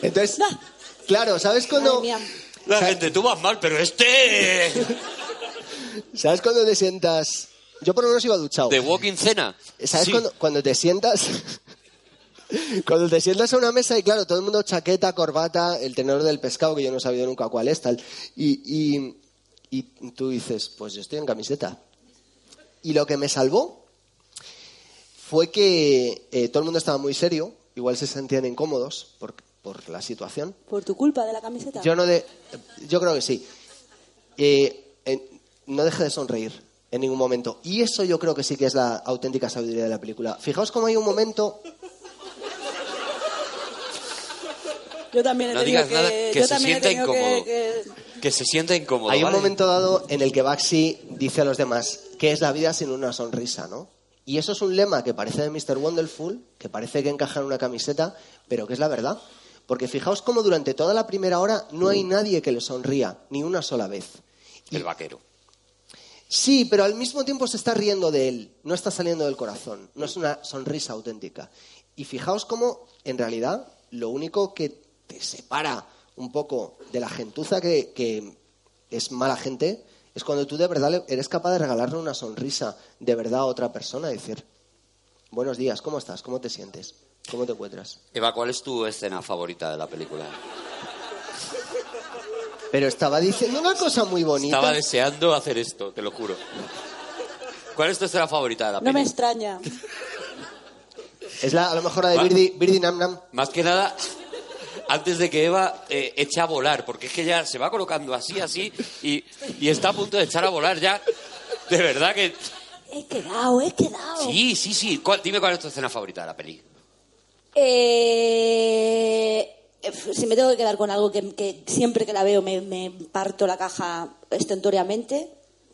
S3: Entonces,
S2: Ah.
S3: claro, ¿sabes cuando,
S2: Madre mía.
S1: La gente, tú vas mal, pero este...
S3: ¿sabes cuando te sientas? Yo por lo menos iba duchado.
S1: De Walking Cena.
S3: ¿Sabes
S1: Sí.
S3: cuando, cuando te sientas? Cuando te sientas a una mesa y claro, todo el mundo chaqueta, corbata, el tenedor del pescado, que yo no he sabido nunca cuál es, tal. Y, y, y tú dices, pues yo estoy en camiseta. Y lo que me salvó fue que eh, todo el mundo estaba muy serio, igual se sentían incómodos por, por la situación.
S2: ¿Por tu culpa de la camiseta?
S3: Yo no de, yo creo que sí. Eh, eh, no deje de sonreír en ningún momento. Y eso yo creo que sí que es la auténtica sabiduría de la película. Fijaos cómo hay un momento
S2: Yo también he
S1: No
S2: tenido
S1: digas nada que
S2: yo
S1: se
S2: también he
S1: sienta
S2: tenido que-
S1: incómodo.
S2: que-
S1: Que se sienta incómodo.
S3: Hay un
S1: ¿vale?
S3: momento dado en el que Baxi dice a los demás que es la vida sin una sonrisa, ¿no? Y eso es un lema que parece de Mr. Wonderful, que parece que encaja en una camiseta, pero que es la verdad. Porque fijaos cómo durante toda la primera hora no hay nadie que le sonría, ni una sola vez.
S1: El vaquero.
S3: Sí, pero al mismo tiempo se está riendo de él, no está saliendo del corazón, no es una sonrisa auténtica. Y fijaos cómo, en realidad, lo único que te separa un poco de la gentuza que, que es mala gente es cuando tú de verdad le- eres capaz de regalarle una sonrisa de verdad a otra persona y decir, buenos días, ¿cómo estás? ¿Cómo te sientes? ¿Cómo te encuentras?
S1: Eva, ¿cuál es tu escena favorita de la película?
S3: Pero estaba diciendo una cosa muy bonita.
S1: Estaba deseando hacer esto, te lo juro. ¿Cuál es tu escena favorita de la
S2: No me
S1: película?
S2: extraña.
S3: Es la, a lo mejor la de
S1: Va.
S3: Birdi, Birdi Nam Nam.
S1: Más que nada, antes de que Eva eh, eche a volar, porque es que ya se va colocando así, así, y, y está a punto de echar a volar ya. De verdad que...
S2: He quedado, he quedado.
S1: Sí, sí, sí. ¿Cuál- dime cuál es tu escena favorita de la peli.
S2: Eh, si me tengo que quedar con algo que, que siempre que la veo me, me parto la caja estentóreamente,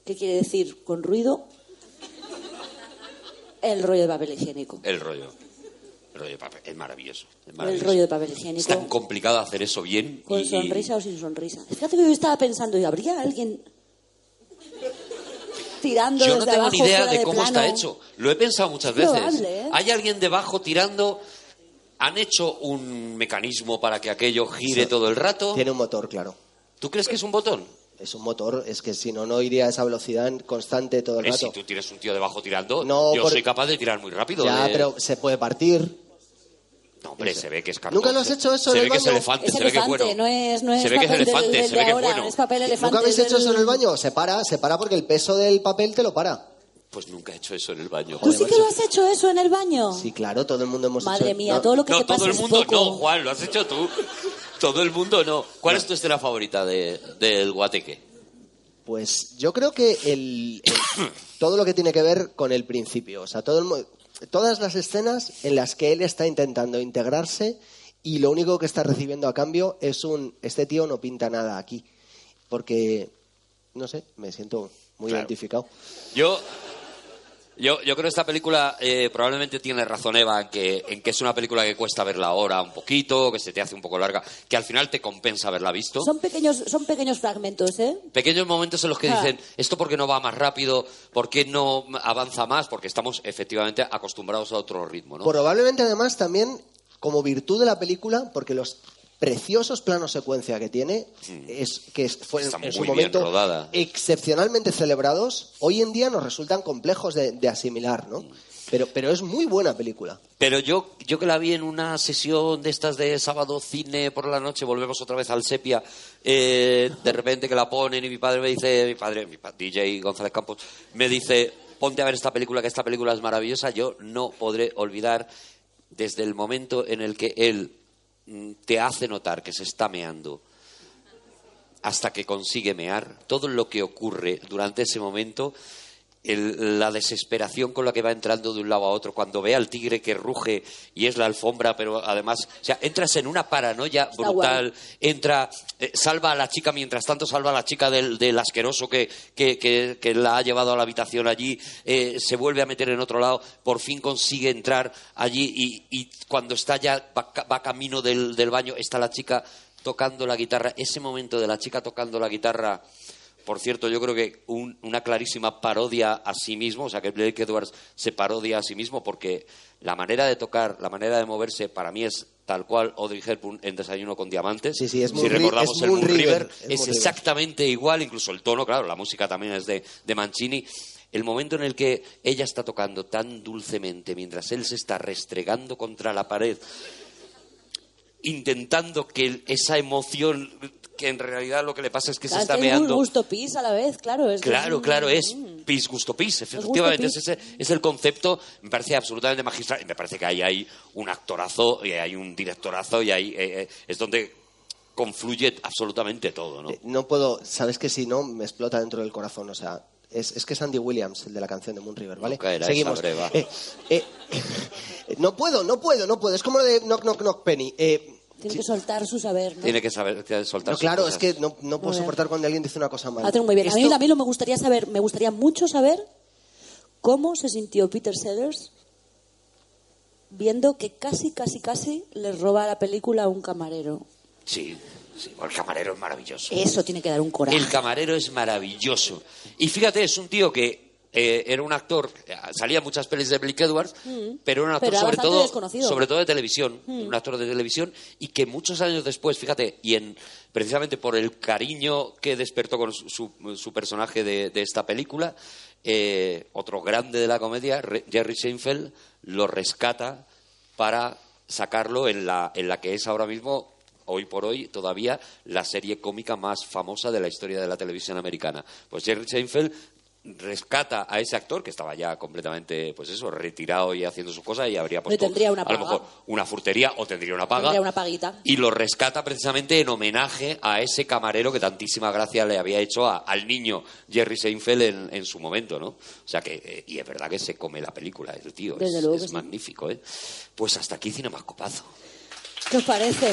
S2: ¿qué quiere decir? Con ruido. El rollo de papel higiénico.
S1: El rollo. El rollo de papel. Es maravilloso. es
S2: El
S1: maravilloso.
S2: rollo de papel
S1: Es
S2: higiénico.
S1: tan complicado hacer eso bien.
S2: Con
S1: y- y-
S2: sonrisa o sin sonrisa. Fíjate que yo estaba pensando, ¿y habría alguien tirando
S1: Yo no
S2: desde
S1: tengo
S2: abajo
S1: ni idea
S2: fuera
S1: de cómo está
S2: plano?
S1: hecho. Lo he pensado muchas
S2: Es
S1: veces.
S2: probable, ¿eh?
S1: Hay alguien debajo tirando. Han hecho un mecanismo para que aquello gire
S3: Sí.
S1: todo el rato.
S3: Tiene un motor, claro.
S1: ¿Tú crees que es un botón?
S3: Es un motor, es que si no, no iría a esa velocidad constante todo el
S1: Eh,
S3: rato.
S1: si tú tienes un tío debajo tirando,
S3: No,
S1: yo
S3: por-
S1: soy capaz de tirar muy rápido.
S3: Ya,
S1: de-
S3: pero se puede partir.
S1: No, hombre, se ve que es
S3: ¿Nunca lo has
S1: se-
S3: hecho eso
S1: Se
S3: en
S1: ve
S3: el
S1: que es
S3: baño?
S1: elefante,
S2: Es
S1: se ve que es
S2: elefante,
S1: bueno.
S2: no es, no es
S1: se ve que es
S2: papel del-
S1: elefante,
S2: del
S1: se
S2: de
S1: ve que es
S2: ahora,
S1: bueno.
S2: es papel elefante.
S3: ¿Nunca habéis
S2: es
S3: hecho
S2: del-
S3: eso en el baño? Se para, se para porque el peso del papel te lo para.
S1: Pues nunca he hecho eso en el baño.
S2: ¿Tú sí que lo has hecho eso en el baño?
S3: Sí, claro, todo el mundo hemos
S2: Madre
S3: hecho-
S2: mía,
S3: No,
S2: todo lo que
S1: Pues No,
S2: te pasa
S1: todo el
S2: es
S1: mundo
S2: poco.
S1: no, Juan, lo has hecho tú. Todo el mundo no. ¿Cuál es tu escena favorita de- del guateque?
S3: Pues yo creo que el, el- todo lo que tiene que ver con el principio, o sea, todo el mo- todas las escenas en las que él está intentando integrarse y lo único que está recibiendo a cambio es un este tío no pinta nada aquí, porque no sé, me siento muy
S1: Claro.
S3: identificado.
S1: Yo, yo, yo creo que esta película eh, probablemente tiene razón Eva en que, en que es una película que cuesta verla ahora un poquito, que se te hace un poco larga, que al final te compensa haberla visto.
S2: Son pequeños, son pequeños fragmentos, ¿eh?
S1: Pequeños momentos en los que
S2: Ah.
S1: dicen, esto porque no va más rápido, por qué no avanza más, porque estamos efectivamente acostumbrados a otro ritmo, ¿no?
S3: Probablemente además también como virtud de la película, porque los preciosos planos secuencia que tiene es que es- fue en-
S1: Está
S3: en su
S1: Mm. muy bien
S3: momento
S1: rodada.
S3: excepcionalmente celebrados. Hoy en día nos resultan complejos de, de asimilar,
S1: Mm.
S3: ¿no? Pero, pero es muy buena película.
S1: Pero yo, yo que la vi en una sesión de estas de sábado cine por la noche, volvemos otra vez al sepia, eh, de repente que la ponen y mi padre me dice, mi padre, mi pa- DJ González Campos, me dice, ponte a ver esta película, que esta película es maravillosa, yo no podré olvidar desde el momento en el que él mm, te hace notar que se está meando hasta que consigue mear, todo lo que ocurre durante ese momento, el- la desesperación con la que va entrando de un lado a otro, cuando ve al tigre que ruge y es la alfombra, pero además, o sea, entras en una paranoia brutal, entra, eh, salva a la chica, mientras tanto salva a la chica del, del asqueroso que, que, que- que la ha llevado a la habitación allí, eh, se vuelve a meter en otro lado, por fin consigue entrar allí y, y cuando está ya, va, ca- va camino del, del baño, está la chica tocando la guitarra, ese momento de la chica tocando la guitarra por cierto, yo creo que un- una clarísima parodia a sí mismo, o sea, que Blake Edwards se parodia a sí mismo porque la manera de tocar, la manera de moverse, para mí es tal cual Audrey Hepburn en Desayuno con Diamantes.
S3: Sí, sí, es
S1: si
S3: Moon Ri-
S1: recordamos
S3: es
S1: el
S3: Moon
S1: Moon River,
S3: River, es Moon
S1: es,
S3: River.
S1: exactamente igual, incluso el tono, claro, la música también es de, de Mancini. El momento en el que ella está tocando tan dulcemente mientras él se está restregando contra la pared intentando que esa emoción, que en realidad lo que le pasa es que se está
S2: es un
S1: meando.
S2: gusto pis a la vez, claro. Es que
S1: Claro,
S2: un-
S1: claro, es
S2: mm.
S1: pis gusto pis, efectivamente,
S2: gusto
S1: es, ese- es el concepto, me parece absolutamente magistral, y me parece que ahí hay un actorazo, y hay un directorazo, y ahí eh, eh, es donde confluye absolutamente todo, ¿no?
S3: Eh, No puedo, sabes que si no me explota dentro del corazón, o sea, es, es que es Andy Williams, el de la canción de Moon River, ¿vale?
S1: No caerá esa
S3: Seguimos.
S1: breva.
S3: Eh, eh, no puedo, no puedo, no puedo. Es como lo de Knock Knock Knock Penny. Eh,
S2: Tiene que soltar su saber, ¿no?
S1: Tiene que saber que soltar
S3: no,
S1: sus
S3: claro,
S1: cosas.
S3: es que no, no puedo
S2: bien.
S3: soportar cuando alguien dice una cosa mala.
S2: Ah, tengo muy bien. A mí
S3: Esto-
S2: también lo me gustaría saber, me gustaría mucho saber cómo se sintió Peter Sellers viendo que casi, casi, casi le roba la película a un camarero.
S1: Sí, sí, el camarero es maravilloso.
S2: Eso tiene que dar un coraje.
S1: El camarero es maravilloso. Y fíjate, es un tío que eh, era un actor, eh, salía en muchas pelis de Blake Edwards, pero era un actor
S2: Pero era
S1: sobre,
S2: bastante
S1: todo,
S2: desconocido.
S1: sobre todo de televisión, un actor de televisión, y que muchos años después, fíjate, y en precisamente por el cariño que despertó con su, su- su personaje de, de esta película, eh, otro grande de la comedia, Re- Jerry Seinfeld, lo rescata para sacarlo en la, en la que es ahora mismo, hoy por hoy, todavía la serie cómica más famosa de la historia de la televisión americana. Pues Jerry Seinfeld rescata a ese actor que estaba ya completamente, pues eso, retirado y haciendo sus cosas y habría puesto
S2: tendría una
S1: pues, a lo
S2: paga.
S1: mejor una furtería o tendría una paga.
S2: Tendría una paguita.
S1: Y lo rescata precisamente en homenaje a ese camarero que tantísima gracia le había hecho a- al niño Jerry Seinfeld en, en su momento, ¿no? O sea que, eh, y es verdad que se come la película, el tío.
S2: Desde
S1: es
S2: luego
S1: es
S2: que sí.
S1: magnífico, ¿eh? Pues hasta aquí Cinemascopazo.
S2: ¿Qué os parece?